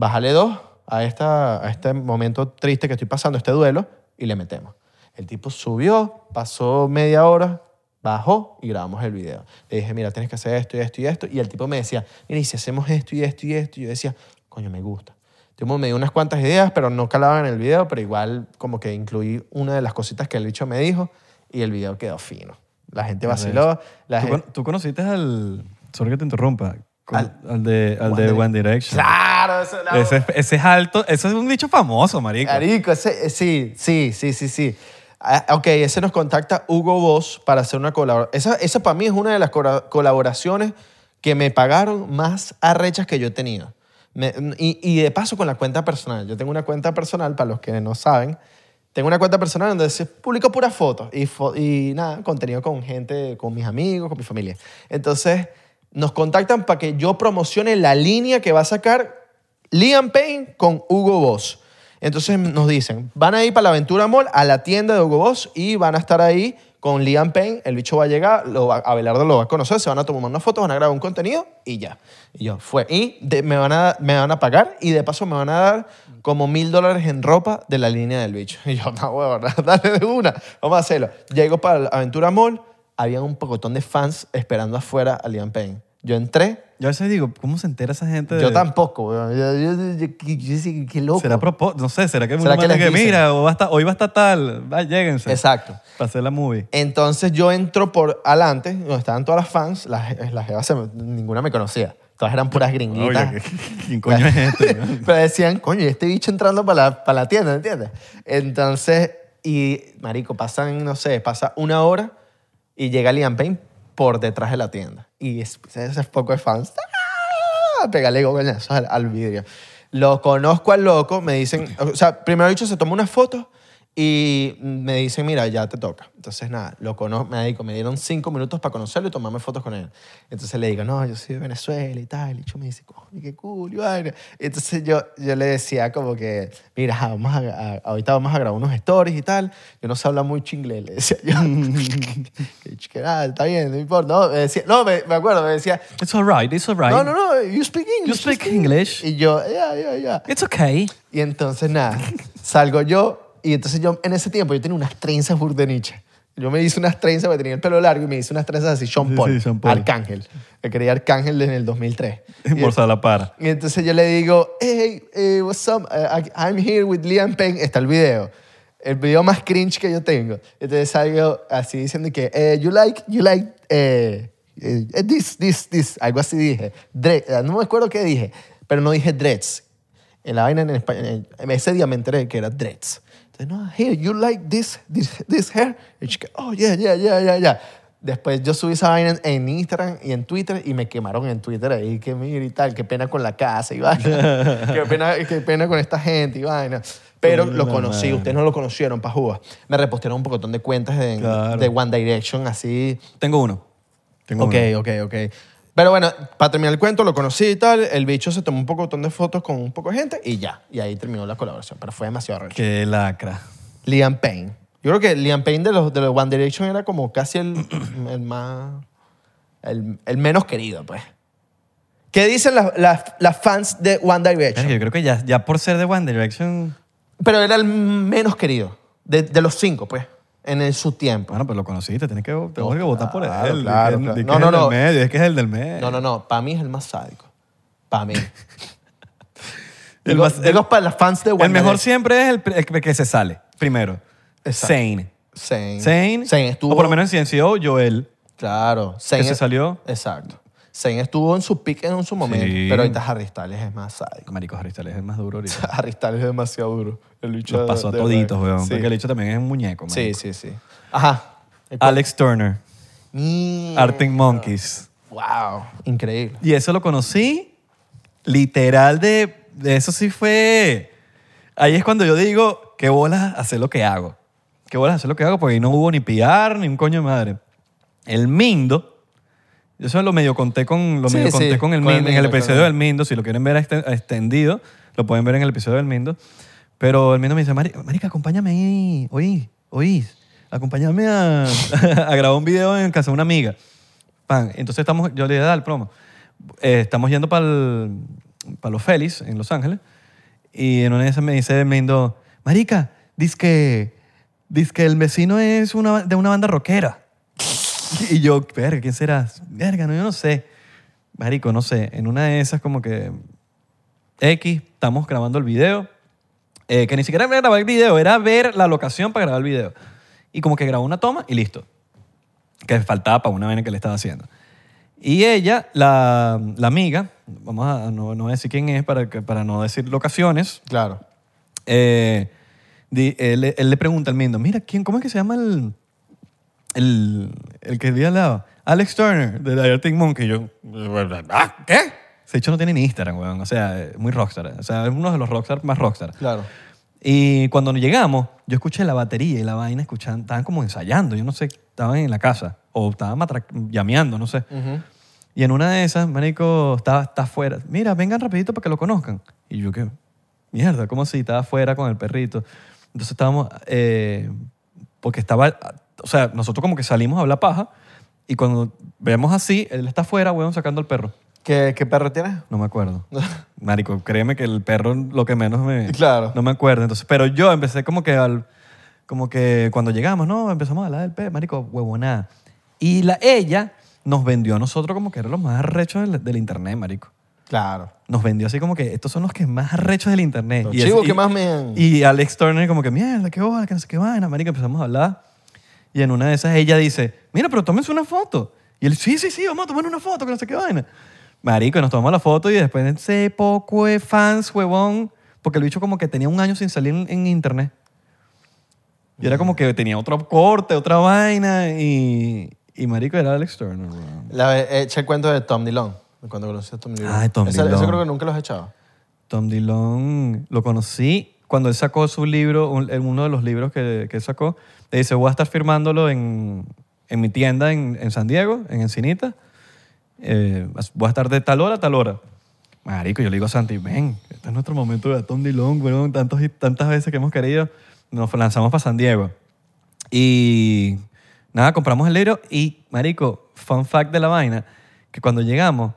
Speaker 2: bájale dos a, esta, a este momento triste que estoy pasando, este duelo, y le metemos. El tipo subió, pasó media hora, bajó y grabamos el video. Le dije, mira, tienes que hacer esto y esto y esto. Y el tipo me decía, mira, y si hacemos esto y esto y esto. Y yo decía, coño, me gusta. El tipo me dio unas cuantas ideas, pero no calaban en el video, pero igual como que incluí una de las cositas que el bicho me dijo y el video quedó fino. La gente vaciló. La
Speaker 1: ¿Tú,
Speaker 2: gente...
Speaker 1: con- tú conociste al. Sorry que te interrumpa. con- al,
Speaker 2: Al-
Speaker 1: de, al de One Direction.
Speaker 2: Claro, eso, la-
Speaker 1: Ese, ese es alto. Ese es un dicho famoso, marico.
Speaker 2: Marico, ese- eh, sí, sí, sí, sí, sí. Ah, ok, ese nos contacta Hugo Boss para hacer una colaboración. Esa, esa para mí es una de las cora- colaboraciones que me pagaron más arrechas que yo he tenido. Me- y, y de paso con la cuenta personal. Yo tengo una cuenta personal, para los que no saben, tengo una cuenta personal donde se publico puras fotos y, fo- y nada, contenido con gente, con mis amigos, con mi familia. Entonces, nos contactan para que yo promocione la línea que va a sacar Liam Payne con Hugo Boss. Entonces nos dicen, van a ir para la Aventura Mall a la tienda de Hugo Boss y van a estar ahí con Liam Payne. El bicho va a llegar, lo va, Abelardo lo va a conocer, se van a tomar unas fotos, van a grabar un contenido y ya. Y yo, fue. Y de- me, van a, me van a pagar y de paso me van a dar como mil dólares en ropa de la línea del bicho. *laughs* Y yo, no, huevón, dale de una. Vamos a hacerlo. Llego para la Aventura Mall, había un pocotón de fans esperando afuera a Liam Payne. Yo entré,
Speaker 1: Yo a veces digo, ¿cómo se entera esa gente? de-
Speaker 2: yo tampoco, huevón. Yo, yo, yo- yo- yo decía, qué loco.
Speaker 1: Este, ¿Será propó- No sé, ¿será que
Speaker 2: ¿Será
Speaker 1: una
Speaker 2: que
Speaker 1: madre
Speaker 2: les
Speaker 1: que,
Speaker 2: dicen?
Speaker 1: mira, o va a estar- hoy va a estar tal? Va, lléguense.
Speaker 2: Exacto.
Speaker 1: Para hacer la movie.
Speaker 2: Entonces yo entro por adelante, donde estaban todas las fans, las, las jevas se me- ninguna me conocía. Todas eran puras gringuitas.
Speaker 1: Oye, ¿quién coño es este?
Speaker 2: *laughs*
Speaker 1: no?
Speaker 2: Pero decían, coño, ¿y este bicho entrando para la, para la tienda, ¿entiendes? Entonces, y marico, pasan, no sé, pasa una hora y llega Liam Payne por detrás de la tienda. Y es- ese es poco de fans. ¡Ah! Pégale coñazos al, al vidrio. Lo conozco al loco, me dicen, o sea, primero dicho, se toma una foto y me dicen, mira, ya te toca. Entonces, nada, lo conozco, me, dijo, me dieron cinco minutos para conocerlo y tomarme fotos con él. Entonces le digo, no, yo soy de Venezuela y tal. Y yo me dice, coño, qué cool. y vaina. Entonces yo, yo le decía como que, mira, ajá, vamos a- a- ahorita vamos a grabar unos stories y tal. Yo no sé hablar mucho inglés, le decía yo. *laughs* Que ch- que nada, está bien, no importa. No, me, decía, no me, me acuerdo, me decía,
Speaker 1: It's alright, it's alright.
Speaker 2: no, no, no, you speak English.
Speaker 1: You speak English.
Speaker 2: Y yo, yeah, yeah, yeah.
Speaker 1: It's okay.
Speaker 2: Y entonces,
Speaker 1: *laughs*
Speaker 2: nada, salgo yo. Y entonces yo, en ese tiempo, yo tenía unas trenzas burdenichas. Yo me hice unas trenzas, porque tenía el pelo largo, y me hice unas trenzas así, Sean
Speaker 1: Sí,
Speaker 2: Paul,
Speaker 1: sí, Sean Paul.
Speaker 2: Arcángel. Me creía Arcángel en
Speaker 1: *laughs*
Speaker 2: el 2003. Y-
Speaker 1: Por la para.
Speaker 2: y entonces yo le digo, hey, eh, what's up? Eh, I- I'm here with Liam Payne. Está el video. El video más cringe que yo tengo. Entonces salgo así diciendo que, eh, you like, you like, eh, eh, eh, this, this, this. Algo así dije. Dre- eh, no me acuerdo qué dije, pero no dije dreads. En la vaina en español, en- ese día me enteré que era dreads. Entonces, no, here, you like this, this, this hair? Y yo, oh, yeah, yeah, yeah, yeah, yeah. Después yo subí esa vaina en- en Instagram y en Twitter y me quemaron en Twitter ahí, que mira y tal, qué pena con la casa
Speaker 1: *laughs*
Speaker 2: y vaina. qué, pena, qué pena con esta gente y vaina. Pero
Speaker 1: Coño,
Speaker 2: lo
Speaker 1: la
Speaker 2: conocí,
Speaker 1: madre.
Speaker 2: ustedes no lo conocieron, pajuba. Me repostearon un pocotón de cuentas de,
Speaker 1: Claro.
Speaker 2: de One Direction, así.
Speaker 1: Tengo uno. Tengo
Speaker 2: ok,
Speaker 1: uno.
Speaker 2: ok, ok. Pero bueno, para terminar el cuento, lo conocí y tal, el bicho se tomó un pocotón de fotos con un poco de gente y ya. Y ahí terminó la colaboración, pero fue demasiado raro.
Speaker 1: Qué lacra.
Speaker 2: Liam Payne. Yo creo que Liam Payne de los, de los One Direction era como casi el, el más. El, el menos querido, pues. ¿Qué dicen las, las- las fans de One
Speaker 1: Verga,
Speaker 2: Direction?
Speaker 1: Yo creo que ya, ya por ser de One Direction.
Speaker 2: Pero era el menos querido. De, de los cinco, pues. En el- su tiempo.
Speaker 1: Bueno, pero lo conociste, tienes que, tenemos
Speaker 2: No,
Speaker 1: que votar por él.
Speaker 2: claro,
Speaker 1: di
Speaker 2: claro,
Speaker 1: que-
Speaker 2: claro.
Speaker 1: di que
Speaker 2: No,
Speaker 1: es
Speaker 2: no,
Speaker 1: el del
Speaker 2: no.
Speaker 1: medio, es que es el del medio.
Speaker 2: No, no, no. Para mí es el más sádico. Para mí.
Speaker 1: *laughs* El
Speaker 2: Digo-
Speaker 1: más- el-
Speaker 2: digo para las fans de One
Speaker 1: el mejor
Speaker 2: Direction.
Speaker 1: siempre es el, pri- el que- que se sale, primero.
Speaker 2: Exacto.
Speaker 1: Zane.
Speaker 2: Zayn.
Speaker 1: Zane.
Speaker 2: Zayn estuvo.
Speaker 1: O por lo menos en CNCO, Joel.
Speaker 2: Claro. Zayn
Speaker 1: se
Speaker 2: es-
Speaker 1: salió.
Speaker 2: Exacto. Zayn estuvo en su pique en su momento.
Speaker 1: Sí.
Speaker 2: Pero ahorita Harry Styles es más sádico. *laughs*
Speaker 1: Marico Harry Styles es el más duro ahorita.
Speaker 2: Harry Styles es demasiado duro. El bicho
Speaker 1: Los
Speaker 2: de-
Speaker 1: pasó a
Speaker 2: de
Speaker 1: toditos,
Speaker 2: verdad.
Speaker 1: weón.
Speaker 2: Sí.
Speaker 1: Porque el hecho también es un muñeco, man.
Speaker 2: sí, sí, sí. Ajá.
Speaker 1: Alex Turner.
Speaker 2: Mierda.
Speaker 1: Arctic Monkeys.
Speaker 2: Wow. Increíble.
Speaker 1: Y eso lo conocí literal de, de eso sí fue. Ahí es cuando yo digo, qué bolas hacer lo que hago. Qué bolas hacer lo que hago porque ahí no hubo ni PR ni un coño de madre. El Mindo, yo eso lo medio conté con, lo
Speaker 2: Sí,
Speaker 1: medio
Speaker 2: sí,
Speaker 1: conté con el
Speaker 2: con el
Speaker 1: Mindo, en el
Speaker 2: Mindo,
Speaker 1: episodio
Speaker 2: claro.
Speaker 1: del Mindo, si lo quieren ver a este- a extendido, lo pueden ver en el episodio del Mindo. Pero el Mindo me dice, "Mari- marica, acompáñame ahí, oí, oí, acompáñame a, *laughs* a grabar un video en casa de una amiga. Pan. Entonces estamos, yo le dije, al promo. Eh, estamos yendo para los Félix en Los Ángeles. Y en una de esas me dice Mendo, Marica, dice que, el vecino es una, de una banda rockera. *laughs* y yo, verga, ¿quién será? Verga, no, yo no sé. Marico, no sé. En una de esas, como que. X, estamos grabando el video. Eh, que ni siquiera era grabar el video, era ver la locación para grabar el video. Y como que grabó una toma y listo que faltaba para una vaina que le estaba haciendo. Y ella, la, la amiga, vamos a no, no voy a decir quién es para, que- para no decir locaciones,
Speaker 2: Claro.
Speaker 1: eh, di- él, él le pregunta al Mindo, mira, ¿quién, ¿cómo es que se llama el, el, el que vi al lado? Alex Turner, de Dirty Monkey. Y Yo, "Ah, ¿qué? Ese hecho no tiene ni Instagram, weón. O sea, es muy rockstar. O sea, es uno de los rockstar más rockstar.
Speaker 2: Claro.
Speaker 1: Y cuando llegamos, yo escuché la batería y la vaina, escuchaban, estaban como ensayando, yo no sé, estaban en la casa o estaban matra- llameando, no sé. Y en una de esas, marico, estaba, está afuera. Mira, vengan rapidito para que lo conozcan. Y yo, ¿qué? Mierda, ¿cómo así? Estaba afuera con el perrito. Entonces estábamos, eh, porque estaba, o sea, nosotros como que salimos a hablar paja y cuando vemos así, él está afuera, weón, sacando al perro.
Speaker 2: ¿Qué, qué perro tienes?
Speaker 1: No me acuerdo. Marico, créeme que el perro lo que menos me...
Speaker 2: Claro.
Speaker 1: Eh, No me acuerdo. Entonces, pero yo empecé como que al... Como que cuando llegamos, no, empezamos a hablar del perro, marico, huevonada. Y la, ella nos vendió a nosotros como que eran los más arrechos del, del internet, marico.
Speaker 2: Claro.
Speaker 1: Nos vendió así como que estos son los que más arrechos del internet.
Speaker 2: Los
Speaker 1: Eh, Y es-
Speaker 2: chivos
Speaker 1: y-
Speaker 2: que más me-
Speaker 1: Y Alex Turner como que, mierda, qué bola, que no sé qué vaina, marico. Empezamos a hablar. Y en una de esas ella dice, mira, pero tómense una foto. Y él, sí, sí, sí, vamos a tomar una foto, que no sé qué vaina. Marico, nos tomamos la foto y después se poco de fans, huevón. Porque el bicho como que tenía un año sin salir en, en internet. Y era como que tenía otro corte, otra vaina. Y, y marico, era Alex Turner, huevón.
Speaker 2: La, he hecho el cuento de Tom Dillon. de Cuando conocí a Tom Dillon.
Speaker 1: Ay, Tom
Speaker 2: Esa-
Speaker 1: Dillon.
Speaker 2: Eso creo que nunca los he echado.
Speaker 1: Tom Dillon lo conocí cuando él sacó su libro, un- en uno de los libros que, que sacó. Le dice, voy a estar firmándolo en, en mi tienda en, en San Diego, en Encinita. Eh, as- voy a estar de tal hora a tal hora. Marico, yo le digo a Santi, ven, este es nuestro momento de Tom Dillon, weón, tantos, y- tantas veces que hemos querido. Nos lanzamos para San Diego. Y nada, compramos el libro y, marico, fun fact de la vaina, que cuando llegamos,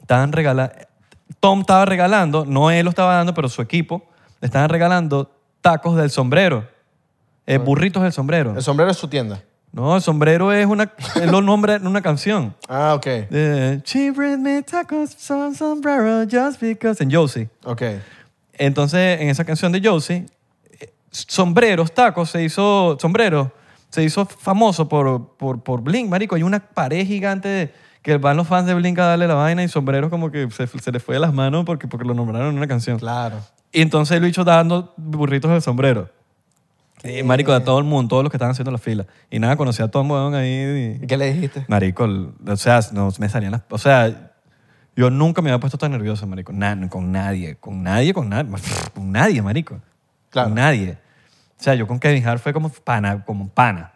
Speaker 1: estaban regalando, Tom estaba regalando, no él lo estaba dando, pero su equipo, le estaban regalando tacos del sombrero, eh, burritos del sombrero.
Speaker 2: El sombrero es su tienda.
Speaker 1: No, el sombrero es una, es lo nombra en una canción.
Speaker 2: Ah, ok.
Speaker 1: De, She bring me tacos, some sombrero, just because, en Josie.
Speaker 2: Ok.
Speaker 1: Entonces, en esa canción de Josie, eh, sombreros, tacos, se hizo, sombreros, se hizo famoso por, por, por Blink, marico. Hay una pared gigante de- que van los fans de Blink a darle la vaina y sombreros como que se, se les fue de las manos porque, porque lo nombraron en una canción.
Speaker 2: Claro.
Speaker 1: Y entonces lo hizo dando burritos del sombrero. Y, marico, a todo el mundo, todos los que estaban haciendo la fila. Y nada, conocí a Tom Weón ahí.
Speaker 2: ¿Y
Speaker 1: y-
Speaker 2: qué le dijiste?
Speaker 1: Marico, el- o sea, no, me salían las... O sea, yo nunca me había puesto tan nervioso, marico. Na- con nadie, con nadie, con nadie. *laughs* Con nadie, marico.
Speaker 2: Claro.
Speaker 1: Con nadie. O sea, yo con Kevin Hart fue como pana, como pana.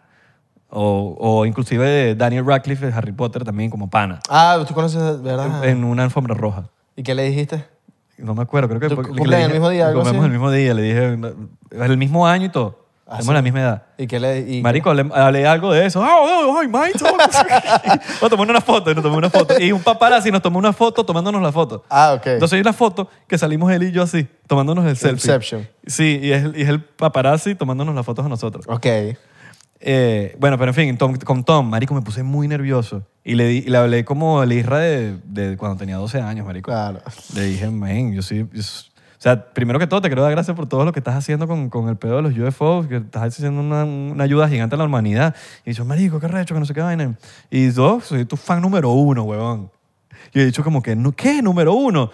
Speaker 1: O, o inclusive Daniel Radcliffe de Harry Potter también como pana.
Speaker 2: Ah, tú conoces, ¿verdad?
Speaker 1: En una alfombra roja.
Speaker 2: ¿Y qué le dijiste?
Speaker 1: No me acuerdo, creo que...
Speaker 2: ¿Tu
Speaker 1: porque le
Speaker 2: cumpleaños el
Speaker 1: dije-
Speaker 2: mismo día, algo
Speaker 1: comemos
Speaker 2: así?
Speaker 1: el mismo día, le dije... El mismo año y todo.
Speaker 2: Ah,
Speaker 1: Tenemos
Speaker 2: sí.
Speaker 1: la misma edad.
Speaker 2: ¿Y qué le y-
Speaker 1: Marico, hablé, hablé algo de eso. ¡Ah, oh, oh, ay, Maito!
Speaker 2: *laughs*
Speaker 1: nos tomó una foto, nos tomó una foto. Y un paparazzi nos tomó una foto tomándonos la foto.
Speaker 2: Ah, ok.
Speaker 1: Entonces hay una foto que salimos él y yo así, tomándonos el selfie.
Speaker 2: Inception.
Speaker 1: Sí, y es, y es el paparazzi tomándonos las fotos a nosotros.
Speaker 2: ok.
Speaker 1: Eh, bueno, pero en fin, Tom- con Tom, marico, me puse muy nervioso. Y le, di- y le hablé como el Isra de, de cuando tenía 12 años, marico.
Speaker 2: Claro.
Speaker 1: Le dije, man, yo sí. yo s- o sea, primero que todo, te quiero dar gracias por todo lo que estás haciendo con, con el pedo de los UFOs, que estás haciendo una, una ayuda gigante a la humanidad. Y yo, marico, qué recho, que no sé qué vaina. Y yo, soy tu fan número uno, huevón. Y he dicho como que, "¿No- ¿qué? ¿Número uno?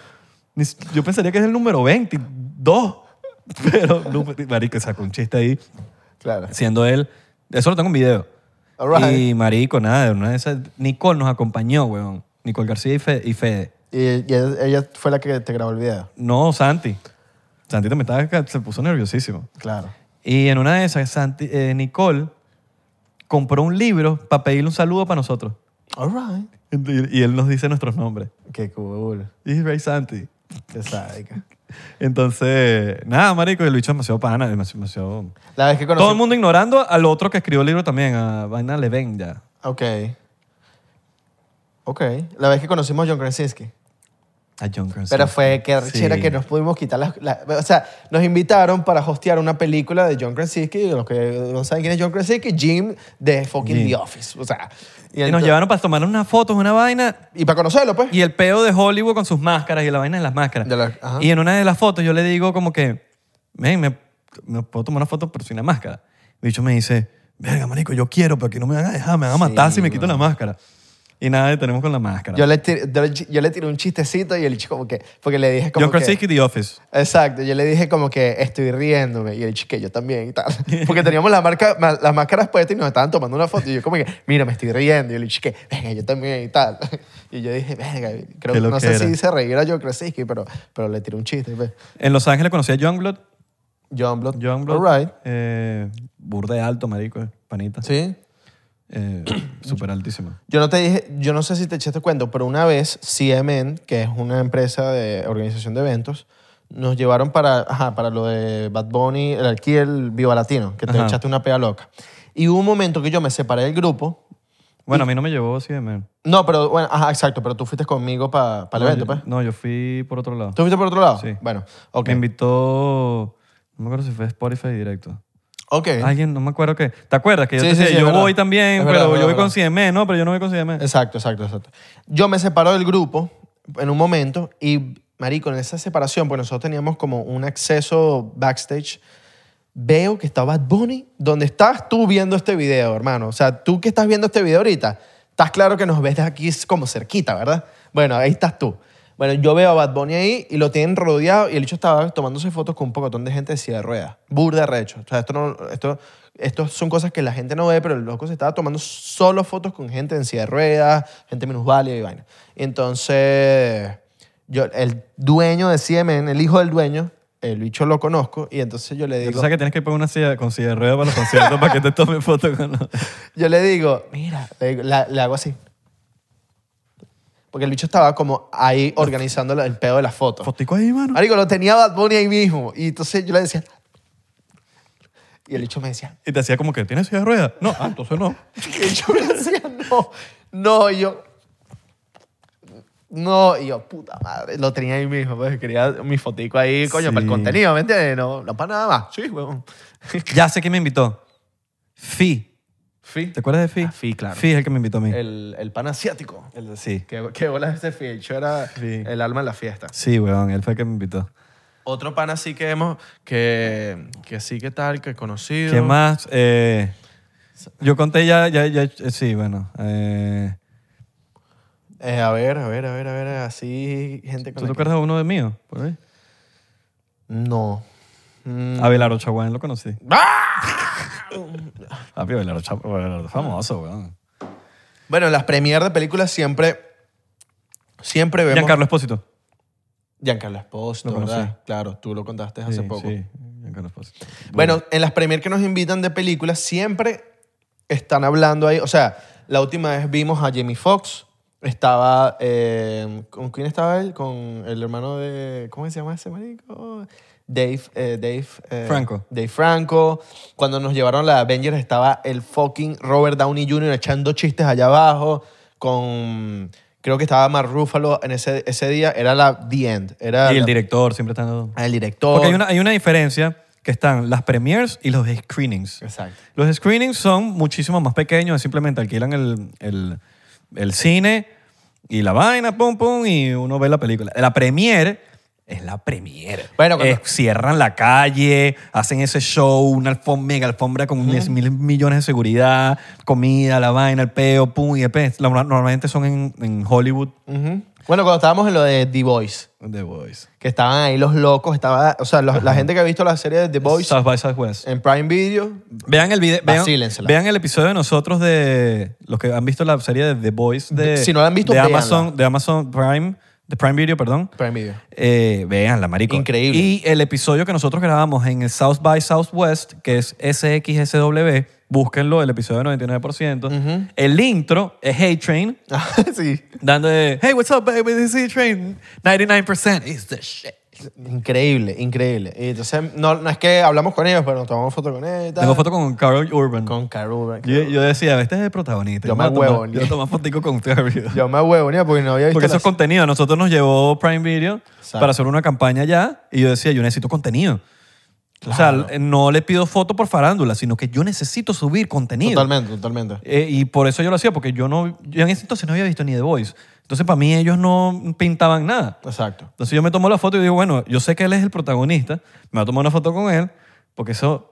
Speaker 1: Ni s- Yo pensaría que es el número 22. *laughs* Pero, no, marico, sacó un chiste ahí
Speaker 2: Claro.
Speaker 1: siendo él. Eso lo tengo en video.
Speaker 2: All right.
Speaker 1: Y marico, nada, una de esas. Nicole nos acompañó, weón. Nicole García y Fe- y Fede.
Speaker 2: Y, y ella, ella fue la que te grabó el video.
Speaker 1: No, Santi. Santi también estaba, ca- se puso nerviosísimo.
Speaker 2: Claro.
Speaker 1: Y en una de esas, Santi, eh, Nicole compró un libro para pedirle un saludo para nosotros.
Speaker 2: All right.
Speaker 1: Y, y él nos dice nuestros nombres.
Speaker 2: Qué cool.
Speaker 1: Y Ray Santi.
Speaker 2: Qué sádica.
Speaker 1: Entonces, nada, marico, y el bicho es demasiado pana, demasiado... demasiado-
Speaker 2: La vez que conocí...
Speaker 1: Todo el mundo ignorando al otro que escribió el libro también, a Vaina Leven ya.
Speaker 2: Ok. Ok. La vez que conocimos a John Krasinski.
Speaker 1: A John Krasinski.
Speaker 2: Pero fue que rechera
Speaker 1: Sí.
Speaker 2: que nos pudimos quitar las... la- o sea, nos invitaron para hostear una película de John Krasinski. y Los que no saben quién es John Krasinski, Jim de fucking
Speaker 1: Jim.
Speaker 2: The Office. O sea... Y,
Speaker 1: Y
Speaker 2: ento-
Speaker 1: nos llevaron para tomar unas fotos, una vaina.
Speaker 2: Y para conocerlo, pues.
Speaker 1: Y el peo de Hollywood con sus máscaras y la vaina de las máscaras.
Speaker 2: De la- ajá.
Speaker 1: y en una de las fotos yo le digo como que, "Men, me, me puedo tomar una foto pero sin la máscara. El bicho me dice, verga, marico, yo quiero, pero aquí no me van a dejar, me van a matar
Speaker 2: Sí,
Speaker 1: si me quito la máscara. Y nada, tenemos con la máscara.
Speaker 2: Yo le, tiré, yo le- yo le tiré un chistecito y el chico como que... Porque le dije como
Speaker 1: John
Speaker 2: que...
Speaker 1: Krasinski, The Office.
Speaker 2: Exacto, yo le dije como que estoy riéndome y el chico que yo también y tal. *laughs* Porque teníamos la marca, ma- las máscaras puestas y nos estaban tomando una foto y yo como que, mira, me estoy riendo y el chico que, venga, yo también y tal. *laughs* Y yo dije, venga, creo
Speaker 1: Qué
Speaker 2: que no sé
Speaker 1: loquera.
Speaker 2: si se reír yo Krasinski, pero, pero le tiré un chiste. pues.
Speaker 1: En Los Ángeles conocí a Youngblood.
Speaker 2: John Blood.
Speaker 1: Youngblood.
Speaker 2: All right.
Speaker 1: eh, burda de alto, marico, eh, panita.
Speaker 2: Sí.
Speaker 1: Eh, *clears throat* Súper altísimo.
Speaker 2: Yo no te dije, yo no sé si te echaste cuento, pero una vez CMN, que es una empresa de organización de eventos, nos llevaron para, ajá, para lo de Bad Bunny, el aquí el Viva Latino, que te
Speaker 1: Ajá.
Speaker 2: echaste una pega loca. Y hubo un momento que yo me separé del grupo.
Speaker 1: Bueno, a mí no me llevó CMN.
Speaker 2: No, pero bueno, ajá, exacto, pero tú fuiste conmigo para el
Speaker 1: No,
Speaker 2: evento,
Speaker 1: yo-
Speaker 2: pues.
Speaker 1: No, yo fui por otro lado.
Speaker 2: ¿Tú fuiste por otro lado?
Speaker 1: Sí.
Speaker 2: Bueno, ok.
Speaker 1: Me invitó, no me acuerdo si fue Spotify directo.
Speaker 2: Ok.
Speaker 1: Alguien, no me acuerdo qué. ¿Te acuerdas? Que yo
Speaker 2: ¿Eh? Sí,
Speaker 1: te
Speaker 2: sí,
Speaker 1: decía,
Speaker 2: sí, es
Speaker 1: yo
Speaker 2: verdad.
Speaker 1: voy también,
Speaker 2: Es
Speaker 1: pero
Speaker 2: verdad, es
Speaker 1: yo voy
Speaker 2: verdad,
Speaker 1: con CME, no, pero yo no voy con CME.
Speaker 2: Exacto, exacto, exacto. Yo me separo del grupo en un momento y, marico, en esa separación, pues nosotros teníamos como un acceso backstage. Veo que está Bad Bunny. ¿Dónde estás tú viendo este video, hermano? O sea, tú que estás viendo este video ahorita, estás claro que nos ves de aquí como cerquita, ¿verdad? Bueno, ahí estás tú. Bueno, yo veo a Bad Bunny ahí y lo tienen rodeado y el hecho estaba tomándose fotos con un pocotón de gente de silla de ruedas. Burda recho. O sea, esto, no, esto, esto son cosas que la gente no ve, pero el loco se estaba tomando solo fotos con gente en silla de ruedas, gente minusválida y vaina. Entonces, yo, el dueño de CMN, el hijo del dueño, el bicho lo conozco y entonces yo le
Speaker 1: Tú
Speaker 2: digo...
Speaker 1: sabes que tienes que poner una silla con silla de ruedas para los conciertos para que te tome foto
Speaker 2: *laughs*
Speaker 1: con los...
Speaker 2: Yo le digo, mira, le, digo- la- le hago así. Porque el bicho estaba como ahí organizando la- el pedo de las fotos.
Speaker 1: Fotico ahí, mano.
Speaker 2: Marico, lo tenía Bad Bunny ahí mismo. Y entonces yo le decía... Y el bicho me decía... *laughs*
Speaker 1: Y te hacía como que, ¿tienes silla de ruedas? No, ah, entonces no.
Speaker 2: Y yo me decía, no, no, y yo... No, y yo, puta madre, lo tenía ahí mismo, pues quería mi fotico ahí, coño,
Speaker 1: Sí.
Speaker 2: para el contenido, ¿me entiendes? No, no para nada más. Sí, huevón.
Speaker 1: Ya sé quién me invitó. Fi.
Speaker 2: Fi,
Speaker 1: ¿Te acuerdas de Fi?
Speaker 2: Ah, Fi, claro.
Speaker 1: Fi es el que me invitó a mí.
Speaker 2: el, el pan asiático.
Speaker 1: Sí.
Speaker 2: Que, que bola ese fi, el bicho era
Speaker 1: Fi.
Speaker 2: el alma en la fiesta.
Speaker 1: Sí, weón, él fue el que me invitó.
Speaker 2: Otro pan así que hemos, que, que sí que tal, que conocido.
Speaker 1: ¿Qué más? Eh, yo conté ya, ya, ya, eh, sí, bueno. Eh,
Speaker 2: Eh, a ver, a ver, a ver, a ver, así gente
Speaker 1: ¿Tú
Speaker 2: con
Speaker 1: te
Speaker 2: la que-
Speaker 1: acuerdas de uno de mío? Por ahí.
Speaker 2: No. Mm.
Speaker 1: Abelardo Chaguán lo conocí.
Speaker 2: ¡Ah!
Speaker 1: Papi, Abelardo Chaguán, Abelardo famoso, weón.
Speaker 2: Bueno, en las premieres de películas siempre, siempre vemos...
Speaker 1: Giancarlo Espósito.
Speaker 2: Giancarlo
Speaker 1: Lo
Speaker 2: Espósito,
Speaker 1: conocí.
Speaker 2: ¿verdad? Claro, tú lo contaste hace
Speaker 1: Sí,
Speaker 2: poco.
Speaker 1: Sí, Giancarlo Espósito.
Speaker 2: Bueno, en las premier que nos invitan de películas siempre están hablando ahí. O sea, la última vez vimos a Jamie Foxx. Estaba. eh, ¿Con quién estaba él? Con el hermano de. ¿Cómo se llama ese marico? Dave. eh, Dave. eh,
Speaker 1: Franco.
Speaker 2: Dave Franco. Cuando nos llevaron la Avengers estaba el fucking Robert Downey Jr. echando chistes allá abajo. Con. Creo que estaba Mark Ruffalo en ese, ese día. Era la The End. Era
Speaker 1: y el
Speaker 2: la-
Speaker 1: director siempre está dando.
Speaker 2: El director.
Speaker 1: Porque hay una, hay una diferencia que están las premieres y los screenings.
Speaker 2: Exacto.
Speaker 1: Los screenings son muchísimo más pequeños, simplemente alquilan el, el- el cine y la vaina, pum, pum, y uno ve la película. La premiere es la premiere.
Speaker 2: Bueno, cuando-
Speaker 1: Eh, cierran la calle, hacen ese show, una alfom- mega alfombra con 10 mil millones de seguridad, comida, la vaina, el peo, pum, y después, la- normalmente son en, en Hollywood.
Speaker 2: Ujú. Bueno, cuando estábamos en lo de The Voice,
Speaker 1: The Voice.
Speaker 2: que estaban ahí los locos, estaba, o sea, los- la gente que ha visto la serie de The Voice
Speaker 1: South by Southwest.
Speaker 2: en Prime Video,
Speaker 1: Vean el video, vean,
Speaker 2: Vacílensela.
Speaker 1: vean el episodio de nosotros de los que han visto la serie de The Boys de,
Speaker 2: Si no la han visto,
Speaker 1: de
Speaker 2: véanla.
Speaker 1: Amazon, de Amazon Prime, de Prime Video, perdón.
Speaker 2: Prime Video.
Speaker 1: Eh, veanla, marico.
Speaker 2: Increíble.
Speaker 1: Y el episodio que nosotros grabamos en el South by Southwest, que es SXSW, búsquenlo, el episodio de 99%. El intro es Hey Train,
Speaker 2: *laughs* sí,
Speaker 1: dando de, Hey, what's up, baby? This is Hey Train. 99% is the shit.
Speaker 2: increíble, increíble. Y entonces, no, no es que hablamos con ellos, pero nos tomamos fotos con ellos y tal.
Speaker 1: Tengo foto con Carl Urban.
Speaker 2: con Caruba.
Speaker 1: Yo, yo decía, este es el protagonista.
Speaker 2: Yo me
Speaker 1: voy a tomar-
Speaker 2: huevo,
Speaker 1: Yo
Speaker 2: ni-
Speaker 1: tomo fotico con *laughs* Terry.
Speaker 2: Yo me huevo, ¿no? porque no había visto
Speaker 1: Porque eso
Speaker 2: la-
Speaker 1: es contenido. A Nosotros nos llevó Prime Video
Speaker 2: Exacto.
Speaker 1: para hacer una campaña ya y yo decía, yo necesito contenido. O sea, eh, no le pido foto por farándula, sino que yo necesito subir contenido.
Speaker 2: Totalmente, totalmente.
Speaker 1: Eh, y por eso yo lo hacía, porque yo no, yo en ese entonces no había visto ni The Voice. Entonces para mí ellos no pintaban nada.
Speaker 2: Exacto.
Speaker 1: Entonces yo me tomo la foto y digo, bueno, yo sé que él es el protagonista, me voy a tomar una foto con él, porque eso,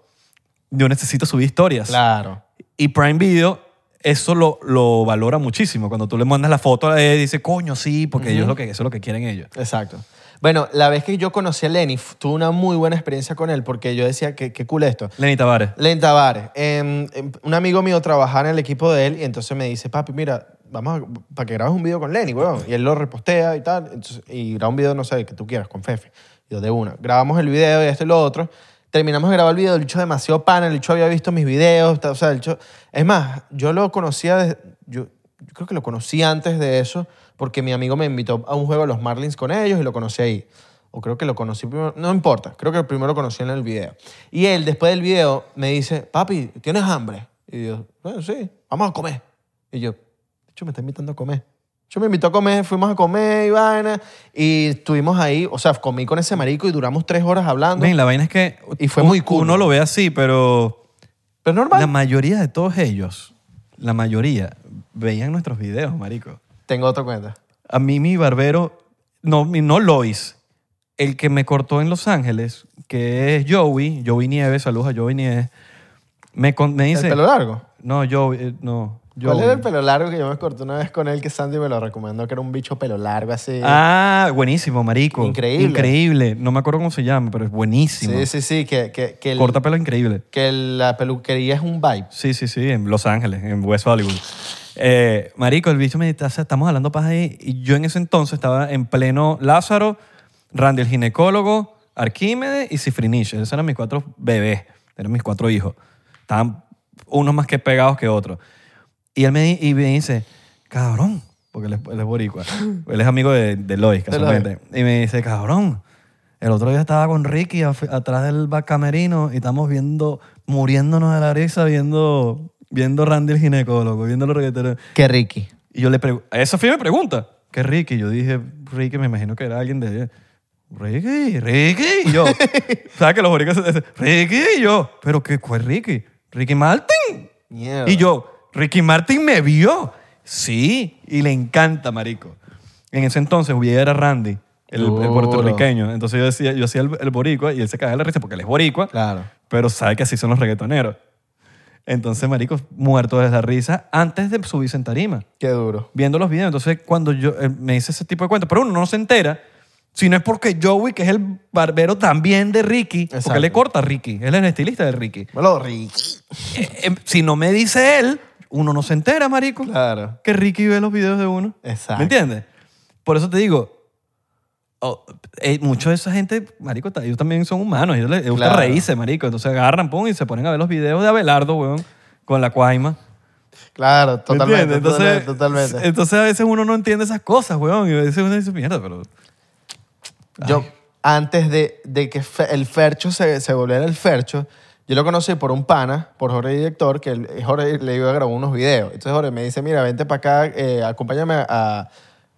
Speaker 1: yo necesito subir historias.
Speaker 2: Claro.
Speaker 1: Y Prime Video, eso lo, lo valora muchísimo. Cuando tú le mandas la foto a él, dice, coño, sí, porque ellos lo que, eso es lo que quieren ellos.
Speaker 2: Exacto. Bueno, la vez que yo conocí a Lenny, f- tuve una muy buena experiencia con él porque yo decía, qué, qué cool esto.
Speaker 1: Lenny Tavares.
Speaker 2: Len Tavares, em, em, un amigo mío trabajaba en el equipo de él y entonces me dice, papi, mira, vamos a- para que grabes un video con Lenny, weón. Y él lo repostea y tal. entonces- y graba un video, no sé, el que tú quieras, con Fefe. Yo de una. Grabamos el video y esto y lo otro. Terminamos de grabar el video, el bicho demasiado pana, el bicho había visto mis videos, ta- o sea, el bicho... Es más, yo lo conocía, desde- yo, yo creo que lo conocí antes de eso porque mi amigo me invitó a un juego de los Marlins con ellos y lo conocí ahí. O creo que lo conocí primero, no importa, creo que primero lo conocí en el video. Y él, después del video, me dice, papi, ¿tienes hambre? Y yo, bueno, sí, vamos a comer. Y yo, de hecho, me está invitando a comer. Yo me invitó a comer, fuimos a comer y vaina. Y estuvimos ahí, o sea, comí con ese marico y duramos tres horas hablando.
Speaker 1: Men, la vaina es que
Speaker 2: Y fue
Speaker 1: un-
Speaker 2: muy cool.
Speaker 1: uno lo ve así, pero
Speaker 2: Pero
Speaker 1: la
Speaker 2: normal.
Speaker 1: mayoría de todos ellos, la mayoría, veían nuestros videos, marico.
Speaker 2: Tengo otra cuenta.
Speaker 1: A mí mi barbero, no, mi- no Lois, el que me cortó en Los Ángeles, que es Joey, Joey Nieves, saludos a Joey Nieves, me, con- me dice...
Speaker 2: ¿El pelo largo?
Speaker 1: No, Joey, eh, no.
Speaker 2: ¿Cuál
Speaker 1: Joey.
Speaker 2: era el pelo largo que yo me corté una vez con él que Sandy me lo recomendó, que era un bicho pelo largo así?
Speaker 1: Ah, buenísimo, marico.
Speaker 2: Increíble.
Speaker 1: Increíble. No me acuerdo cómo se llama, pero es buenísimo.
Speaker 2: sí, sí, sí, que, que, que el-
Speaker 1: Corta pelo increíble.
Speaker 2: que la peluquería es un vibe.
Speaker 1: Sí, sí, sí, en Los Ángeles, en West Hollywood. Eh, marico, el bicho me dice, o sea, estamos hablando paja ahí, y yo en ese entonces estaba en pleno Lázaro, Randy el ginecólogo, Arquímedes y Cifrinish. Esos eran mis cuatro bebés, eran mis cuatro hijos. Estaban unos más que pegados que otros. Y él me, di- y me dice, cabrón, porque él es, él es *laughs* boricua. él es amigo de, de Lois,
Speaker 2: De Lois.
Speaker 1: casualmente. Y me dice, cabrón, el otro día estaba con Ricky af- atrás del ba- camerino y estamos viendo, muriéndonos de la risa, viendo, viendo Randy el ginecólogo, viendo los reggaeteros.
Speaker 2: Qué Ricky.
Speaker 1: Y yo le pregunto, esa fue mi pregunta, que Ricky. Yo dije, Ricky, me imagino que era alguien de... Ricky, Ricky, *laughs* y yo. ¿Sabes que los boricos se dicen, Ricky, y yo. ¿Pero qué fue Ricky? Ricky Martin.
Speaker 2: Mierda.
Speaker 1: Y yo, Ricky Martin me vio. Sí, y le encanta, marico. En ese entonces hubiera era Randy, el, el
Speaker 2: Duro.
Speaker 1: puertorriqueño. Entonces yo decía, yo hacía el, el boricua y él se cagaba de la risa porque él es boricua,
Speaker 2: Claro.
Speaker 1: pero sabe que así son los reggaetoneros. Entonces, marico, muerto de la risa antes de subirse en tarima,
Speaker 2: Qué duro.
Speaker 1: viendo los videos. Entonces, cuando yo eh, me hice ese tipo de cuentas, pero uno no se entera, si no es porque Joey, que es el barbero también de Ricky,
Speaker 2: Exacto.
Speaker 1: porque le corta a Ricky, él es el estilista de Ricky.
Speaker 2: Bueno, Ricky.
Speaker 1: Eh, eh, si no me dice él, uno no se entera, marico.
Speaker 2: Claro.
Speaker 1: Que Ricky ve los videos de uno.
Speaker 2: Exacto.
Speaker 1: ¿Me entiendes? Por eso te digo, oh, eh, mucho de esa gente, marico, ta- ellos también son humanos. Ellos les les gusta
Speaker 2: Claro.
Speaker 1: reírse, marico. Entonces agarran, pum, y se ponen a ver los videos de Abelardo, weón, con la cuaima.
Speaker 2: Claro,
Speaker 1: ¿Me
Speaker 2: totalmente.
Speaker 1: entiendes? Entonces,
Speaker 2: totalmente. totalmente.
Speaker 1: Entonces a veces uno no entiende esas cosas, weón. Y a veces uno dice, mierda, pero...
Speaker 2: Yo, antes de, de que Fe- el Fercho se, se volviera el Fercho, yo lo conocí por un pana, por Jorge Director, que el- Jorge le iba a grabar unos videos. Entonces Jorge me dice, mira, vente para acá, eh, acompáñame a,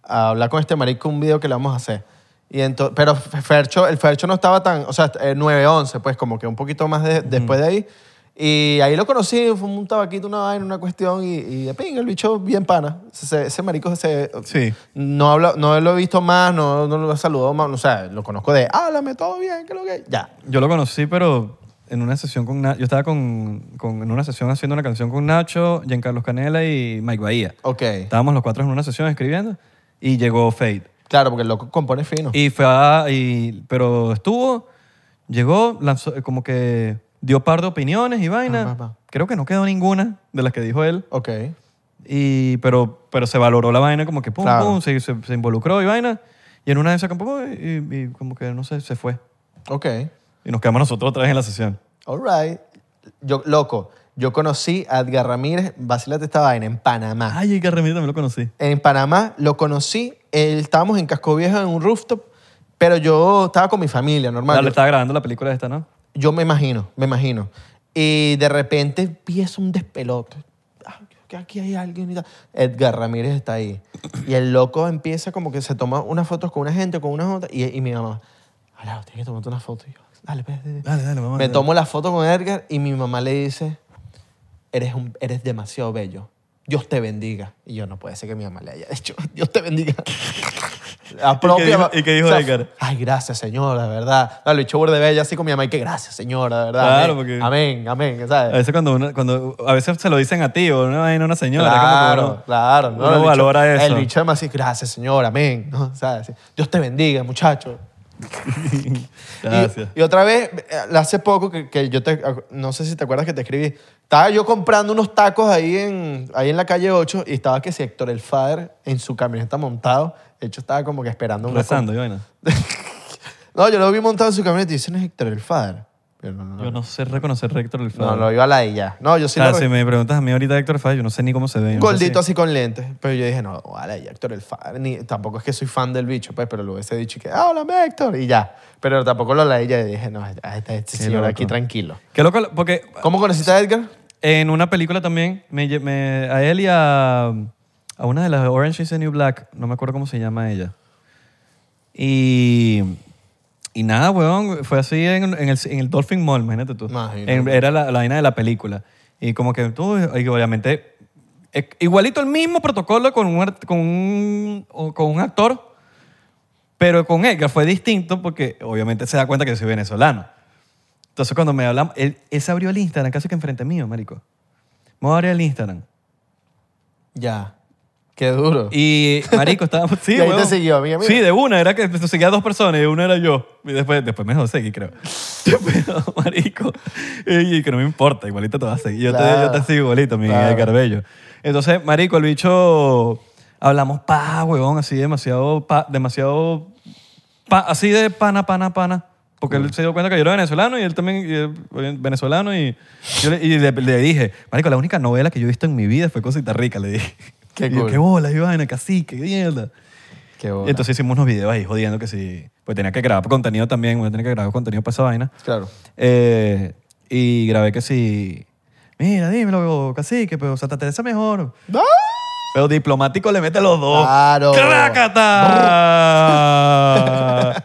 Speaker 2: a hablar con este marico un video que le vamos a hacer. Y ento- pero Fe- Fercho, el Fercho no estaba tan, o sea, eh, 9-11, pues como que un poquito más de- después de ahí. Y ahí lo conocí, fue un tabaquito, una vaina, una cuestión, y, y de pinga, el bicho bien pana. Ese, ese marico se,
Speaker 1: Sí.
Speaker 2: no, habla, no lo he visto más, no, no lo he saludado más. O sea, lo conozco de, háblame, todo bien, que lo que... Ya.
Speaker 1: Yo lo conocí, pero en una sesión con Na- Yo estaba con, con- en una sesión haciendo una canción con Nacho, Giancarlos Canela y Mike Bahía.
Speaker 2: Ok.
Speaker 1: Estábamos los cuatro en una sesión escribiendo y llegó Fade.
Speaker 2: Claro, porque el loco compone fino.
Speaker 1: Y fue a- y- pero estuvo, llegó, lanzó, eh, como que dio par de opiniones y
Speaker 2: Ah, va,
Speaker 1: vainas.
Speaker 2: va.
Speaker 1: Creo que no quedó ninguna de las que dijo él.
Speaker 2: Ok.
Speaker 1: Y, pero, pero se valoró la vaina, como que pum,
Speaker 2: Claro.
Speaker 1: pum, se, se- se involucró y vaina. Y en una de esas, como, y, y como que no sé, se fue.
Speaker 2: Ok.
Speaker 1: Y nos quedamos nosotros otra vez en la sesión.
Speaker 2: All right. Yo, loco, yo conocí a Edgar Ramírez, vacílate esta vaina, en Panamá.
Speaker 1: Ay, que Ramírez también lo conocí.
Speaker 2: En Panamá lo conocí, él- estábamos en Casco Viejo en un rooftop, pero yo estaba con mi familia, normal.
Speaker 1: Dale,
Speaker 2: Yo-
Speaker 1: estaba grabando la película esta, ¿no?
Speaker 2: Yo me imagino, me imagino. Y de repente empieza un despelote. Ah, que Aquí hay alguien y tal. Edgar Ramírez está ahí. Y el loco empieza como que se toma unas fotos con una gente, con unas otras. Y, y mi mamá, Alao, tienes que tomarte una foto. Y yo, dale, pues, dale, dale".
Speaker 1: Dale, dale, vamos.
Speaker 2: Me tomo la foto con Edgar y mi mamá le dice, eres, un- eres demasiado *laughs* bello. Dios te bendiga. Y yo, no puede ser que mi mamá le haya dicho, Dios te bendiga. La propia.
Speaker 1: dijo- y qué dijo Edgar?
Speaker 2: Ay, gracias, señor, la verdad. Claro, el chubur de bella así con mi mamá. Y que gracias, señor, la verdad.
Speaker 1: Claro,
Speaker 2: amén,
Speaker 1: porque-
Speaker 2: Amén, amén,
Speaker 1: A
Speaker 2: ¿sabes?
Speaker 1: veces, cuando uno- cuando, a veces se lo dicen a ti o una vaina a una señora. es como que
Speaker 2: Claro,
Speaker 1: uno-
Speaker 2: claro.
Speaker 1: uno
Speaker 2: El bicho-
Speaker 1: valora eso.
Speaker 2: El bicho me así, gracias, señor, amén. ¿no? ¿Sabes? Así, Dios te bendiga, muchacho. *laughs* Y-
Speaker 1: Gracias.
Speaker 2: Y, otra vez, eh, hace poco que, que yo te, ah, no sé si te acuerdas que te escribí, estaba yo comprando unos tacos ahí en, ahí en la calle 8 y estaba que si Héctor el Fader en su camioneta montado, de hecho estaba como que esperando una
Speaker 1: Rezando, y vaina.
Speaker 2: *laughs* No, yo lo vi montado en su camioneta y dice, no es Héctor el Fader. Yo, no, no,
Speaker 1: Yo no sé reconocer a Héctor el Fado.
Speaker 2: no, lo iba a la I ya. No, yo sí
Speaker 1: Claro,
Speaker 2: lo
Speaker 1: si me preguntas a mí ahorita Héctor el Fado, yo no sé ni cómo se ve. yo
Speaker 2: Un
Speaker 1: no sé
Speaker 2: gordito
Speaker 1: si-
Speaker 2: así con lentes. Pero yo dije, no, vale, y Héctor el fan. Ni, tampoco es que soy fan del bicho, pues, pero lo hubiese dicho y que, ah, hola, Héctor. Y ya. Pero tampoco lo leí ya y dije, no, este, este, este
Speaker 1: Qué
Speaker 2: señor
Speaker 1: loco.
Speaker 2: aquí tranquilo.
Speaker 1: Qué loco, porque
Speaker 2: ¿Cómo conociste a Edgar?
Speaker 1: en una película también, me, lle- me- a él y a, a una de las de Orange is the New Black, no me acuerdo cómo se llama ella. Y, y nada, weón, fue así en, en el, en el Dolphin Mall, imagínate tú.
Speaker 2: Imagínate.
Speaker 1: En- era la, la vaina de la película. Y como que tú, y obviamente, eh, igualito el mismo protocolo con un, art- con un, o con un actor, pero con Edgar fue distinto porque obviamente se da cuenta que yo soy venezolano. Entonces cuando me hablamos, él, él se abrió el Instagram casi que enfrente mío, marico. Me voy a abrir el Instagram.
Speaker 2: Ya. Qué duro. *laughs*
Speaker 1: Y, marico, estábamos... Sí,
Speaker 2: Y ahí te
Speaker 1: huevón.
Speaker 2: siguió, amiga mía.
Speaker 1: Sí, de una, era que te seguía dos personas y una era yo. Y después, después me dejó de seguir, creo. *laughs* Pero, marico, y, y que no me importa, igualito te vas a seguir. Yo,
Speaker 2: Claro.
Speaker 1: te, yo te sigo igualito, mi
Speaker 2: Claro.
Speaker 1: Carbello. Entonces, marico, el bicho... Hablamos pa, huevón, así demasiado... Pa, demasiado... pa- así de pana, pana, pana. Porque él se dio cuenta que yo era venezolano y él también y él, venezolano y yo le, y le- le dije, marico, la única novela que yo he visto en mi vida fue Cosita Rica, le dije.
Speaker 2: *laughs* Qué
Speaker 1: Y yo,
Speaker 2: cool.
Speaker 1: qué bola, Iván, cacique, qué mierda.
Speaker 2: Qué bola.
Speaker 1: Y entonces hicimos unos videos ahí jodiendo que sí. Pues tenía que grabar contenido también, voy a tener que grabar contenido para esa vaina.
Speaker 2: Claro.
Speaker 1: Eh, y grabé que sí. Mira, dímelo, cacique, pero Santa Teresa mejor. Pero diplomático le mete los dos.
Speaker 2: Claro.
Speaker 1: ¡Crácata!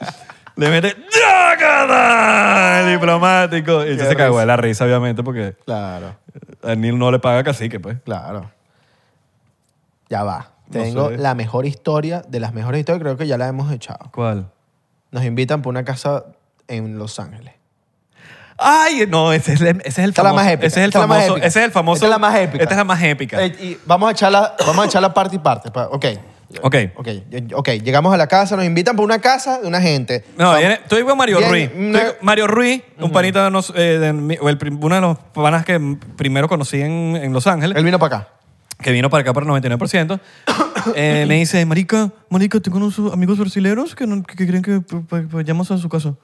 Speaker 1: le mete ¡Crácata! El diplomático. Y entonces se
Speaker 2: risa.
Speaker 1: cagó de la risa, obviamente, porque
Speaker 2: Claro,
Speaker 1: a Neil no le paga cacique, pues.
Speaker 2: claro. Ya va.
Speaker 1: No
Speaker 2: Tengo
Speaker 1: sé.
Speaker 2: la mejor historia, de las mejores historias, creo que ya la hemos echado.
Speaker 1: ¿Cuál?
Speaker 2: Nos invitan por una casa en Los Ángeles.
Speaker 1: Ay, no, ese es el, ese es el
Speaker 2: Esta es la
Speaker 1: famoso.
Speaker 2: más épica,
Speaker 1: Ese es el
Speaker 2: esta es la más
Speaker 1: famoso.
Speaker 2: épica.
Speaker 1: Ese es el famoso.
Speaker 2: Esta es la más épica.
Speaker 1: Esta es la más épica.
Speaker 2: Eh, y vamos a echar la, vamos a echar la parte y parte. pa- Ok.
Speaker 1: Ok.
Speaker 2: Ok, yo- ok, llegamos a la casa, nos invitan por una casa de una gente.
Speaker 1: No,
Speaker 2: Vamos-
Speaker 1: viene, estoy con Mario
Speaker 2: Viene-
Speaker 1: Ruiz.
Speaker 2: no-
Speaker 1: Estoy con Mario Ruiz, un panita, de nos- eh, de mi- o el prim- uno de los panas que primero conocí en, en Los Ángeles.
Speaker 2: Él vino para acá.
Speaker 1: que vino para acá para el 99%, *coughs* eh, me dice, marica, marica, tengo unos amigos brasileños que, no- que- que creen que pues, pues, vayamos a su casa.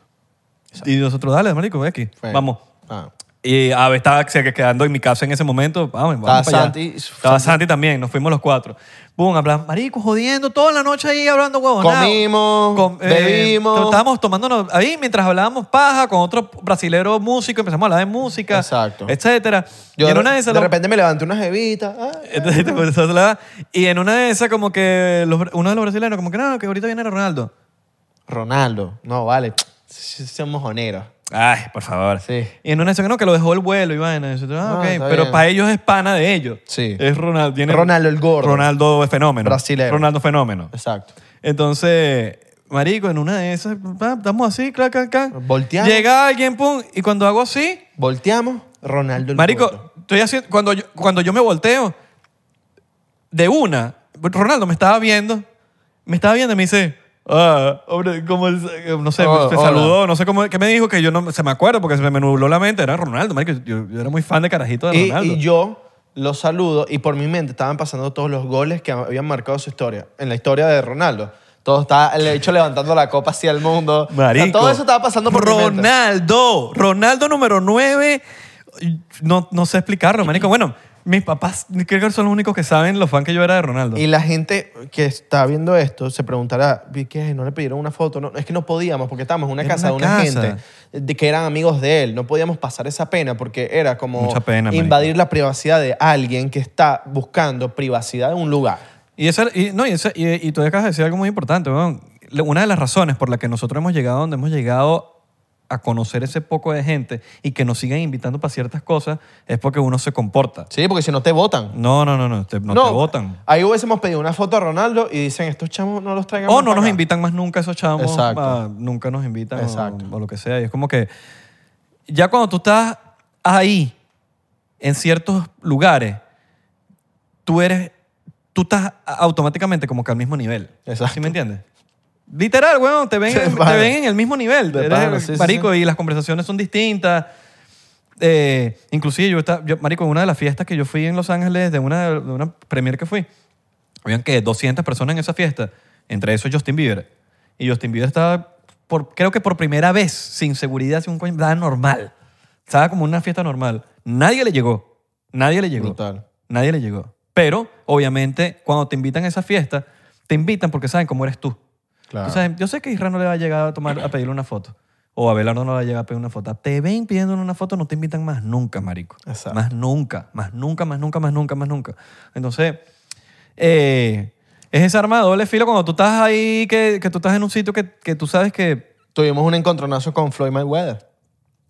Speaker 1: Y nosotros, dale, marico, ve aquí,
Speaker 2: Fue-
Speaker 1: vamos.
Speaker 2: Ah,
Speaker 1: Y Ave estaba se- quedando en mi casa en ese momento. Vamos, vamos
Speaker 2: Estaba
Speaker 1: para allá.
Speaker 2: Santi.
Speaker 1: Estaba Santi también, nos fuimos los cuatro. Boom, hablamos, marico, jodiendo toda la noche ahí hablando huevos.
Speaker 2: Comimos, bebimos.
Speaker 1: Estábamos tomándonos ahí mientras hablábamos paja con otro brasilero músico, empezamos a hablar de música,
Speaker 2: Exacto.
Speaker 1: etcétera.
Speaker 2: yo
Speaker 1: y en
Speaker 2: de,
Speaker 1: una de esas
Speaker 2: de
Speaker 1: lo-
Speaker 2: repente me levanté una jevita. ah,
Speaker 1: entonces, te pones a hablar. y en una de esas, como que los- uno de los brasileños, como que no, que ahorita viene Ronaldo.
Speaker 2: Ronaldo. No, vale. Sí, Somos mojoneros.
Speaker 1: Ay, por favor.
Speaker 2: Sí.
Speaker 1: Y en una de esas, que no, que lo dejó el vuelo y vaina. Y nosotros, ah,
Speaker 2: No,
Speaker 1: ok.
Speaker 2: está
Speaker 1: Pero
Speaker 2: bien.
Speaker 1: para ellos es pana de ellos.
Speaker 2: Sí.
Speaker 1: Es Ronaldo. tiene-
Speaker 2: Ronaldo el gordo.
Speaker 1: Ronaldo es fenómeno.
Speaker 2: Brasilero.
Speaker 1: Ronaldo fenómeno.
Speaker 2: Exacto.
Speaker 1: Entonces, marico, en una de esas, pa, estamos así, clac, clac, clac.
Speaker 2: Volteamos.
Speaker 1: Llega alguien, pum, y cuando hago así,
Speaker 2: Volteamos, Ronaldo el gordo.
Speaker 1: Marico, estoy haciendo, cuando, yo, cuando yo me volteo, de una, Ronaldo me estaba viendo, me estaba viendo y me dice, ah, hombre, ¿cómo es? no sé,
Speaker 2: Oh,
Speaker 1: se
Speaker 2: hola.
Speaker 1: saludó, no sé cómo, qué me dijo, que yo no, se me acuerdo porque se me nubló la mente, era Ronaldo, marico, yo, yo era muy fan de carajito de
Speaker 2: Y,
Speaker 1: Ronaldo.
Speaker 2: y yo los saludo y por mi mente estaban pasando todos los goles que habían marcado su historia. En la historia de Ronaldo. Todo estaba, el hecho levantando la copa hacia el mundo. O sea,
Speaker 1: Marico,
Speaker 2: todo eso estaba pasando por mi mente.
Speaker 1: Ronaldo, Ronaldo número 9. No, no sé explicarlo, marico. Bueno, mis papás creo que son los únicos que saben los fans que yo era de Ronaldo.
Speaker 2: Y la gente que está viendo esto se preguntará, "Vi que No le pidieron una foto. No, es que no podíamos porque estábamos en una
Speaker 1: En una
Speaker 2: casa de una
Speaker 1: casa.
Speaker 2: gente de que eran amigos de él. No podíamos pasar esa pena porque era como
Speaker 1: Mucha pena, marico.
Speaker 2: invadir la privacidad de alguien que está buscando privacidad en un lugar.
Speaker 1: Y, esa, y, no, y, esa- y, y tú acabas de decir algo muy importante, weón. Le- Una de las razones por la que nosotros hemos llegado a donde hemos llegado a conocer ese poco de gente y que nos sigan invitando para ciertas cosas es porque uno se comporta.
Speaker 2: Sí, porque si no te votan.
Speaker 1: No, no, no, no, te- no, te votan.
Speaker 2: Ahí hubiésemos pedido una foto a Ronaldo y dicen, estos chamos no los traigan.
Speaker 1: O
Speaker 2: más
Speaker 1: Oh, no
Speaker 2: para
Speaker 1: nos
Speaker 2: acá".
Speaker 1: invitan más nunca esos chamos,
Speaker 2: Exacto.
Speaker 1: ah, nunca nos invitan o-
Speaker 2: Exacto.
Speaker 1: O, lo que sea. Y es como que ya cuando tú estás ahí, en ciertos lugares, tú eres, tú estás a- automáticamente como que al mismo nivel.
Speaker 2: Exacto.
Speaker 1: ¿Sí me entiendes? Literal, weón, te
Speaker 2: *laughs*
Speaker 1: ven,
Speaker 2: De
Speaker 1: te
Speaker 2: pana.
Speaker 1: ven en el mismo nivel.
Speaker 2: De
Speaker 1: Eres
Speaker 2: pana, sí, sí,
Speaker 1: marico,
Speaker 2: sí.
Speaker 1: y las conversaciones son distintas. Eh, inclusive yo estaba, yo, marico, en una de las fiestas que yo fui en Los Ángeles, de una, de una premier que fui, habían que 200 personas en esa fiesta, entre esos Justin Bieber. Y Justin Bieber estaba, por, creo que por primera vez, sin seguridad, sin un coño, estaba normal. Estaba como una fiesta normal. Nadie le llegó. Nadie le llegó.
Speaker 2: Brutal.
Speaker 1: Nadie le llegó. Pero, obviamente, cuando te invitan a esa fiesta, te invitan porque saben cómo eres tú.
Speaker 2: Claro.
Speaker 1: Tú sabes, yo sé que Israel no le va a llegar a tomar a pedirle una foto. O a Belardo no le va a llegar a pedir una foto. Te ven pidiéndole una foto, no te invitan más nunca, marico.
Speaker 2: Exacto.
Speaker 1: Más nunca, más nunca, más nunca, más nunca, más nunca. Entonces, eh, es esa arma de doble filo cuando tú estás ahí, que, que tú estás en un sitio que, que tú sabes que...
Speaker 2: Tuvimos un encontronazo con Floyd Mayweather.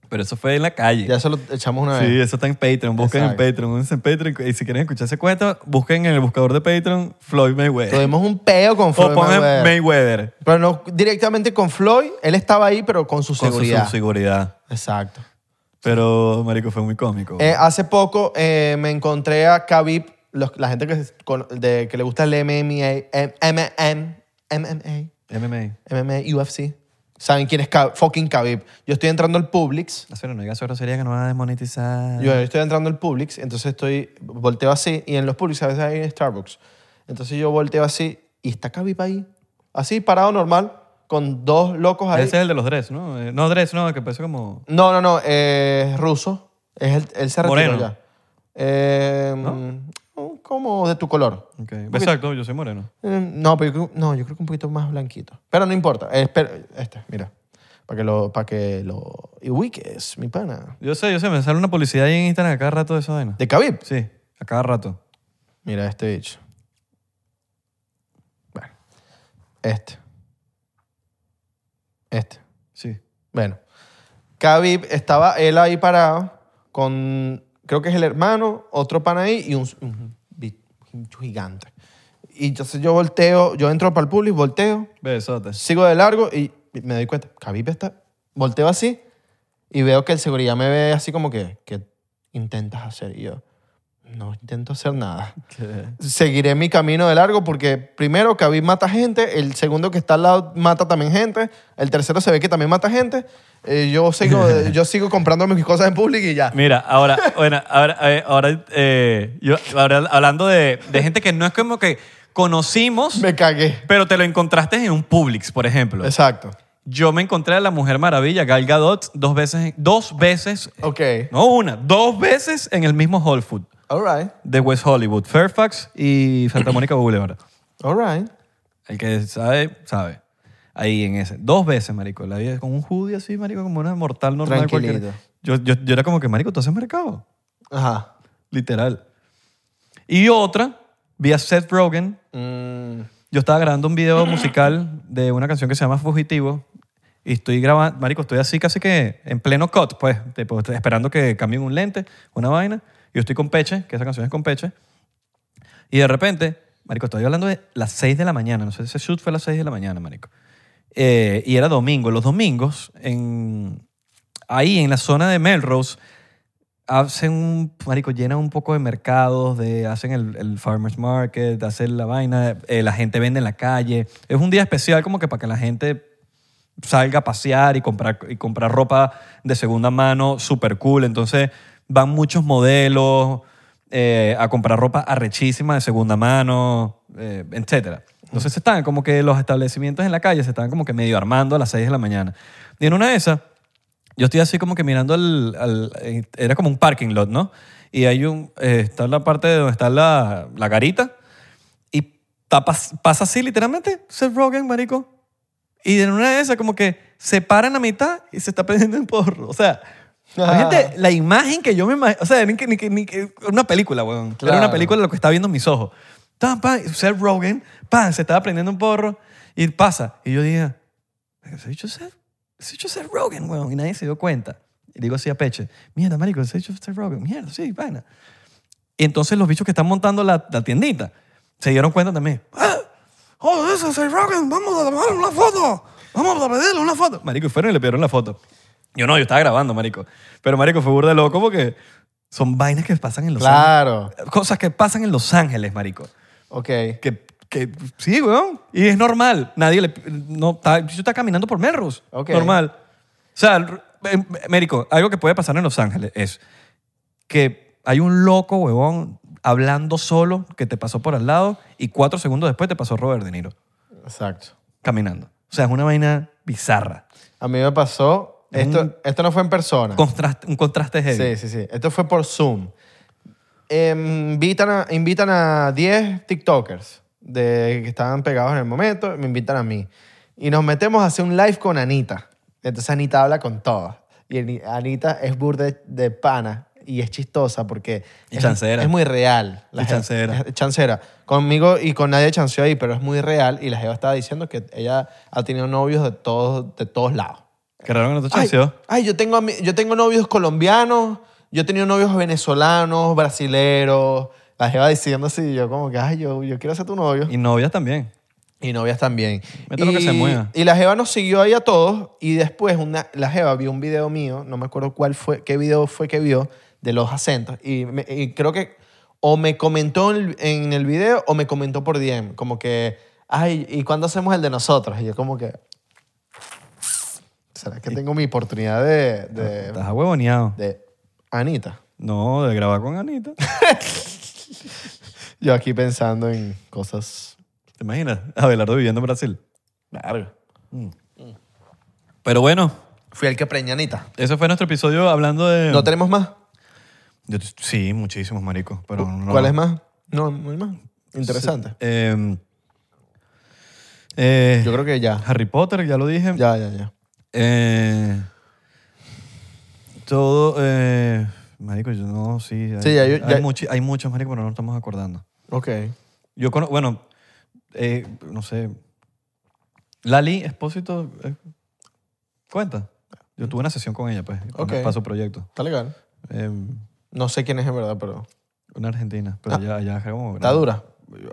Speaker 1: Pero eso fue en la calle.
Speaker 2: Ya se lo echamos una
Speaker 1: Sí,
Speaker 2: vez.
Speaker 1: eso está en Patreon. Busquen
Speaker 2: Exacto.
Speaker 1: en Patreon. Únense en Patreon. Y si quieren escuchar ese cuento, busquen en el buscador de Patreon Floyd Mayweather.
Speaker 2: Tuvimos un peo con Floyd
Speaker 1: o pongan
Speaker 2: Mayweather.
Speaker 1: Mayweather.
Speaker 2: Pero no directamente con Floyd. Él estaba ahí, pero con su
Speaker 1: Con su-
Speaker 2: seguridad.
Speaker 1: su seguridad.
Speaker 2: Exacto.
Speaker 1: Pero, marico, fue muy cómico.
Speaker 2: Eh, hace poco eh, me encontré a Khabib, los- la gente que, con- de- que le gusta el MMA, M- MM, MMA,
Speaker 1: MMA.
Speaker 2: MMA, UFC. ¿Saben quién es Kha- fucking Khabib? Yo estoy entrando al Publix.
Speaker 1: Acero, Ah, no digas eso sería que nos van a desmonetizar.
Speaker 2: Yo estoy entrando al Publix, entonces estoy, volteo así, y en los Publix a veces hay Starbucks. Entonces yo volteo así, y está Khabib ahí. Así, parado normal, con dos locos ahí.
Speaker 1: Ese es el de los Dress, ¿no? Eh, No, Dress, no, que parece como...
Speaker 2: No, no, no, eh, es ruso. Es el, él se retiró
Speaker 1: Moreno.
Speaker 2: ya. Eh, Como de tu color.
Speaker 1: Ok. Exacto, yo soy moreno.
Speaker 2: Eh, No, pero yo creo, no, yo creo que un poquito más blanquito. Pero no importa. Eh, espera, este, mira. Para que lo, para que lo ubiques, mi pana.
Speaker 1: Yo sé, yo sé, me sale una publicidad ahí en Instagram a cada rato de esa vaina.
Speaker 2: De Khabib.
Speaker 1: Sí, a cada rato.
Speaker 2: Mira este bicho. Bueno. Este. Este.
Speaker 1: Sí.
Speaker 2: Bueno. Khabib estaba él ahí parado con, creo que es el hermano, otro pana ahí y un, un bi- un gigante. Y entonces yo volteo, yo entro para el público, volteo,
Speaker 1: Besotes.
Speaker 2: sigo de largo y me doy cuenta, Khabib está, volteo así y veo que el seguridad me ve así como que, ¿qué intentas hacer? Y yo, no intento hacer nada. Seguiré mi camino de largo porque primero Khabib mata gente, el segundo que está al lado mata también gente, el tercero se ve que también mata gente. Eh, yo, *laughs* sigo, yo sigo comprando mis cosas en público y ya.
Speaker 1: *laughs* Mira, ahora, bueno, ahora, eh, ahora, eh, yo, ahora hablando de, de gente que no es como que conocimos,
Speaker 2: Me cagué.
Speaker 1: pero te lo encontraste en un Publix, por ejemplo.
Speaker 2: Exacto.
Speaker 1: Yo me encontré a la Mujer Maravilla, Gal Gadot, dos veces, dos veces,
Speaker 2: Ok.
Speaker 1: no una, dos veces en el mismo Whole Food.
Speaker 2: All right.
Speaker 1: de West Hollywood, Fairfax y Santa Mónica Boulevard.
Speaker 2: All right.
Speaker 1: El que sabe, sabe. Ahí en ese. Dos veces, marico. La vida con un hoodie así, marico, como una mortal normal.
Speaker 2: Tranquilito.
Speaker 1: cualquiera. Yo, yo, yo era como que, marico, tú haces mercado.
Speaker 2: Ajá.
Speaker 1: Literal. Y otra, vi a Seth Rogen.
Speaker 2: Mm,
Speaker 1: Yo estaba grabando un video musical de una canción que se llama Fugitivo. Y estoy grabando, marico, estoy así casi que en pleno cut, pues, tipo, estoy esperando que cambien un lente, una vaina. Yo estoy con Peche, que esa canción es con Peche. Y de repente, marico, estoy hablando de las 6 de la mañana. No sé, ese shoot fue a las 6 de la mañana, marico. Eh, y era domingo. Los domingos, en, ahí en la zona de Melrose, hacen un, marico, llenan un poco de mercados, de, hacen el, el farmer's market, hacen la vaina, eh, la gente vende en la calle. Es un día especial como que para que la gente salga a pasear y comprar, y comprar ropa de segunda mano súper cool. Entonces van muchos modelos eh, a comprar ropa arrechísima de segunda mano, eh, etc. Entonces se están como que los establecimientos en la calle se están como que medio armando a las 6 de la mañana. Y en una de esas, yo estoy así como que mirando al, al- eh, era como un parking lot, ¿no? Y hay un, eh, está la parte de donde está la, la garita y tapas- pasa así literalmente Seth Rogen, marico. Y en una de esas como que se para en la mitad y se está prendiendo un porro. O sea, imagínate la imagen que yo me imagino. O sea, ni que, ni que, ni que- una película, weón.
Speaker 2: Claro.
Speaker 1: Era una película lo que estaba viendo en mis ojos. Tan, pan, Seth Rogen, pan, se estaba prendiendo un porro y pasa. Y yo dije, ¿se ha dicho Seth? ese hecho es Seth Rogen, weón. Y nadie se dio cuenta. Y le digo así a Peche, mierda, marico, ese hecho es Seth Rogen. Mierda, sí, vaina. Y entonces los bichos que están montando la, la tiendita se dieron cuenta también. ¡Ah! ¡Oh, ese es Seth Rogen! ¡Vamos a tomar una foto! ¡Vamos a pedirle una foto! Marico, y fueron y le pidieron la foto. Yo no, yo estaba grabando, marico. Pero, marico, fue burda de loco porque son vainas que pasan en Los
Speaker 2: Claro.
Speaker 1: Ángeles. Cosas que pasan en Los Ángeles, marico
Speaker 2: Ok.
Speaker 1: que, que sí, weón. Y es normal. Nadie le... No, está, yo estaba caminando por Melrose.
Speaker 2: Ok.
Speaker 1: Normal. O sea, r- em- Mérico, algo que puede pasar en Los Ángeles es que hay un loco, huevón, hablando solo que te pasó por al lado y cuatro segundos después te pasó Robert De Niro
Speaker 2: Exacto.
Speaker 1: caminando. O sea, es una vaina bizarra.
Speaker 2: A mí me pasó. Esto,
Speaker 1: Un-
Speaker 2: esto no fue en persona.
Speaker 1: Contraste, un contraste heavy.
Speaker 2: Sí, sí, sí. Esto fue por Zoom. Em, invitan, a, invitan a 10 TikTokers de, que estaban pegados en el momento, me invitan a mí. Y nos metemos a hacer un live con Anita. Entonces Anita habla con todas. Y Ani- Anita es burde de pana y es chistosa porque
Speaker 1: Y
Speaker 2: es,
Speaker 1: chancera.
Speaker 2: es muy real.
Speaker 1: Y
Speaker 2: jeva-
Speaker 1: chancera.
Speaker 2: es chancera. Conmigo y con nadie chanceó ahí, pero es muy real. Y la Jeva estaba diciendo que ella ha tenido novios de todos, de todos lados.
Speaker 1: Qué raro que no te
Speaker 2: Ay,
Speaker 1: chanceó.
Speaker 2: ay, yo tengo, ami- yo tengo novios colombianos, yo he tenido novios venezolanos, brasileros. La jeva diciendo así, yo como que, ay, yo, yo quiero ser tu novio.
Speaker 1: Y novias también.
Speaker 2: Y novias también.
Speaker 1: Mete lo que se mueva.
Speaker 2: Y la jeva nos siguió ahí a todos y después una, la jeva vio un video mío, no me acuerdo cuál fue, qué video fue que vio, de los acentos. Y, me- y creo que o me comentó en el, en el video o me comentó por DM, como que, ay, ¿y cuándo hacemos el de nosotros? Y yo como que... ¿Será que tengo mi oportunidad de- de,
Speaker 1: Estás huevoneado.
Speaker 2: de Anita.
Speaker 1: No, de grabar con Anita.
Speaker 2: Yo aquí pensando en cosas.
Speaker 1: ¿Te imaginas? Abelardo viviendo en Brasil. Mm. Pero bueno,
Speaker 2: Fui el que preñé a Anita.
Speaker 1: ese fue nuestro episodio hablando de...
Speaker 2: ¿No tenemos más?
Speaker 1: Yo te- sí, muchísimos maricos, pero no.
Speaker 2: ¿Cuál es más? No, no hay más. Interesante.
Speaker 1: Eh, eh,
Speaker 2: Yo creo que ya.
Speaker 1: Harry Potter, ya lo dije.
Speaker 2: Ya, ya, ya.
Speaker 1: Eh, todo... eh, marico, yo no, sí. Hay,
Speaker 2: Sí, ya, yo-
Speaker 1: hay
Speaker 2: ya-
Speaker 1: muchi- hay muchos maricos, pero no nos estamos acordando.
Speaker 2: Ok.
Speaker 1: Yo conozco, bueno, eh, no sé. Lali Espósito eh, cuenta. Yo tuve una sesión con ella, pues, con-
Speaker 2: Ok.
Speaker 1: para su proyecto.
Speaker 2: Está legal.
Speaker 1: Eh,
Speaker 2: No sé quién es en verdad, pero.
Speaker 1: una argentina, pero ella, ella es como...
Speaker 2: Ah, ¿Está
Speaker 1: grande.
Speaker 2: dura?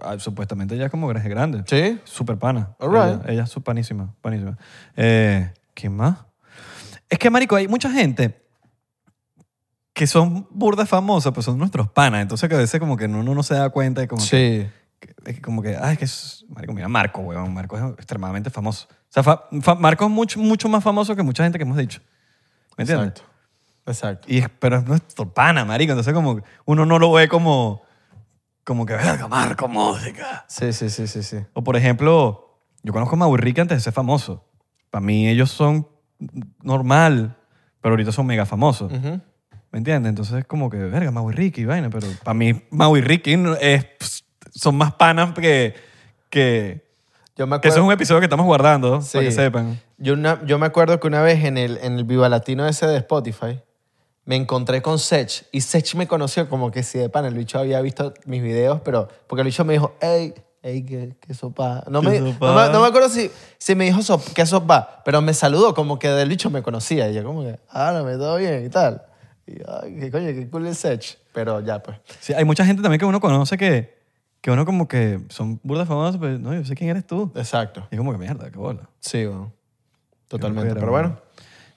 Speaker 1: Ah, Supuestamente ella es como grande. grande.
Speaker 2: Sí.
Speaker 1: Super pana.
Speaker 2: All right.
Speaker 1: Ella, ella es su- panísima, panísima. Eh, ¿Quién más? Es que, marico, hay mucha gente que son burdas famosas, pues son nuestros panas. Entonces que a veces como que uno no se da cuenta y como que
Speaker 2: Sí.
Speaker 1: que- es que como que, ah, es que es, Marico, mira, Marco, weón. Marco es extremadamente famoso. O sea, fa- fa- Marco es mucho, mucho más famoso que mucha gente que hemos dicho. ¿Me entiendes?
Speaker 2: Exacto. Exacto.
Speaker 1: Y, es- pero es nuestro pana, Marico. Entonces, como uno no lo ve como, como que, venga, Marco, música.
Speaker 2: Sí, sí, sí, sí, sí.
Speaker 1: O por ejemplo, yo conozco a Maurica antes de ser famoso. Para mí, ellos son normal, pero ahorita son mega famosos.
Speaker 2: Ujú.
Speaker 1: ¿Me entiendes? Entonces es como que, verga, Mau y Ricky, vaina, pero para mí Mau y Ricky no- es- pss, son más panas que, que,
Speaker 2: Yo me
Speaker 1: que eso es
Speaker 2: acuerdo.
Speaker 1: un episodio que estamos guardando,
Speaker 2: Sí.
Speaker 1: para que sepan.
Speaker 2: Yo, una- yo me acuerdo que una vez en el, en el Viva Latino ese de Spotify, me encontré con Sech y Sech me conoció como que si de pan, el bicho había visto mis videos, pero porque el bicho me dijo, hey, hey, qué, qué sopa. No,
Speaker 1: ¿Qué
Speaker 2: me,
Speaker 1: sopa?
Speaker 2: no me- no me acuerdo si, si me dijo sop, qué sopa, pero me saludó como que del bicho me conocía y yo como que, ah, no, me todo bien y tal. Y yo, ay, qué coño, qué cool es Sech. Pero ya pues.
Speaker 1: Sí, hay mucha gente también que uno conoce que, que uno como que son burdas famosos, pero no, yo sé quién eres tú.
Speaker 2: Exacto.
Speaker 1: Y es como que mierda, qué bola.
Speaker 2: Sí, bueno.
Speaker 1: Qué
Speaker 2: Totalmente.
Speaker 1: loquera,
Speaker 2: Pero
Speaker 1: weón.
Speaker 2: bueno.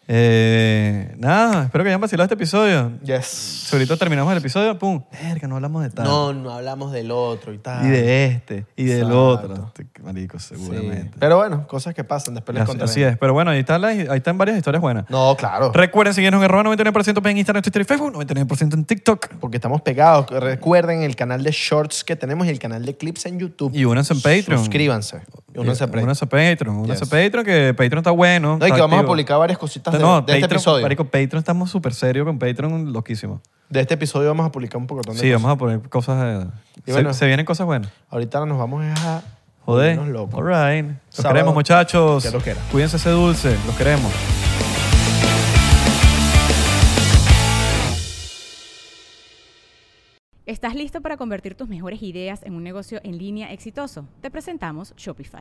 Speaker 1: Eh, nada, espero que hayan vacilado este episodio.
Speaker 2: Yes.
Speaker 1: Si ahorita terminamos el episodio, pum, verga, no hablamos de tal.
Speaker 2: No, no hablamos del otro y tal.
Speaker 1: y de este, y del
Speaker 2: Exacto.
Speaker 1: otro. Marico,
Speaker 2: Sí.
Speaker 1: seguramente.
Speaker 2: Pero bueno, cosas que pasan, después les
Speaker 1: Así,
Speaker 2: contaré.
Speaker 1: así es, pero bueno, ahí están, las- ahí están varias historias buenas.
Speaker 2: No, claro.
Speaker 1: Recuerden seguirnos en arroba 99% en Instagram, Twitter y Facebook, 99% en TikTok.
Speaker 2: porque estamos pegados. Recuerden el canal de shorts que tenemos y el canal de clips en YouTube.
Speaker 1: Y únanse en Patreon.
Speaker 2: Suscríbanse. Y únanse a
Speaker 1: Eh,
Speaker 2: Patreon.
Speaker 1: Únanse a Patreon. Únanse
Speaker 2: Yes.
Speaker 1: a Patreon, que Patreon está bueno.
Speaker 2: No, y
Speaker 1: está
Speaker 2: que vamos a
Speaker 1: activo.
Speaker 2: publicar varias cositas de,
Speaker 1: No,
Speaker 2: de este
Speaker 1: Patreon,
Speaker 2: episodio.
Speaker 1: marico, Patreon estamos súper serios con Patreon, loquísimo.
Speaker 2: De este episodio vamos a publicar un poco de
Speaker 1: Sí,
Speaker 2: cosas.
Speaker 1: vamos a poner cosas... eh,
Speaker 2: Y
Speaker 1: se,
Speaker 2: bueno.
Speaker 1: se vienen cosas buenas.
Speaker 2: Ahorita nos vamos a
Speaker 1: Joder.
Speaker 2: volvernos locos.
Speaker 1: All right. Los
Speaker 2: Sábado.
Speaker 1: queremos, muchachos.
Speaker 2: Que lo quiera.
Speaker 1: Cuídense ese dulce. Los queremos.
Speaker 3: ¿Estás listo para convertir tus mejores ideas en un negocio en línea exitoso? Te presentamos Shopify.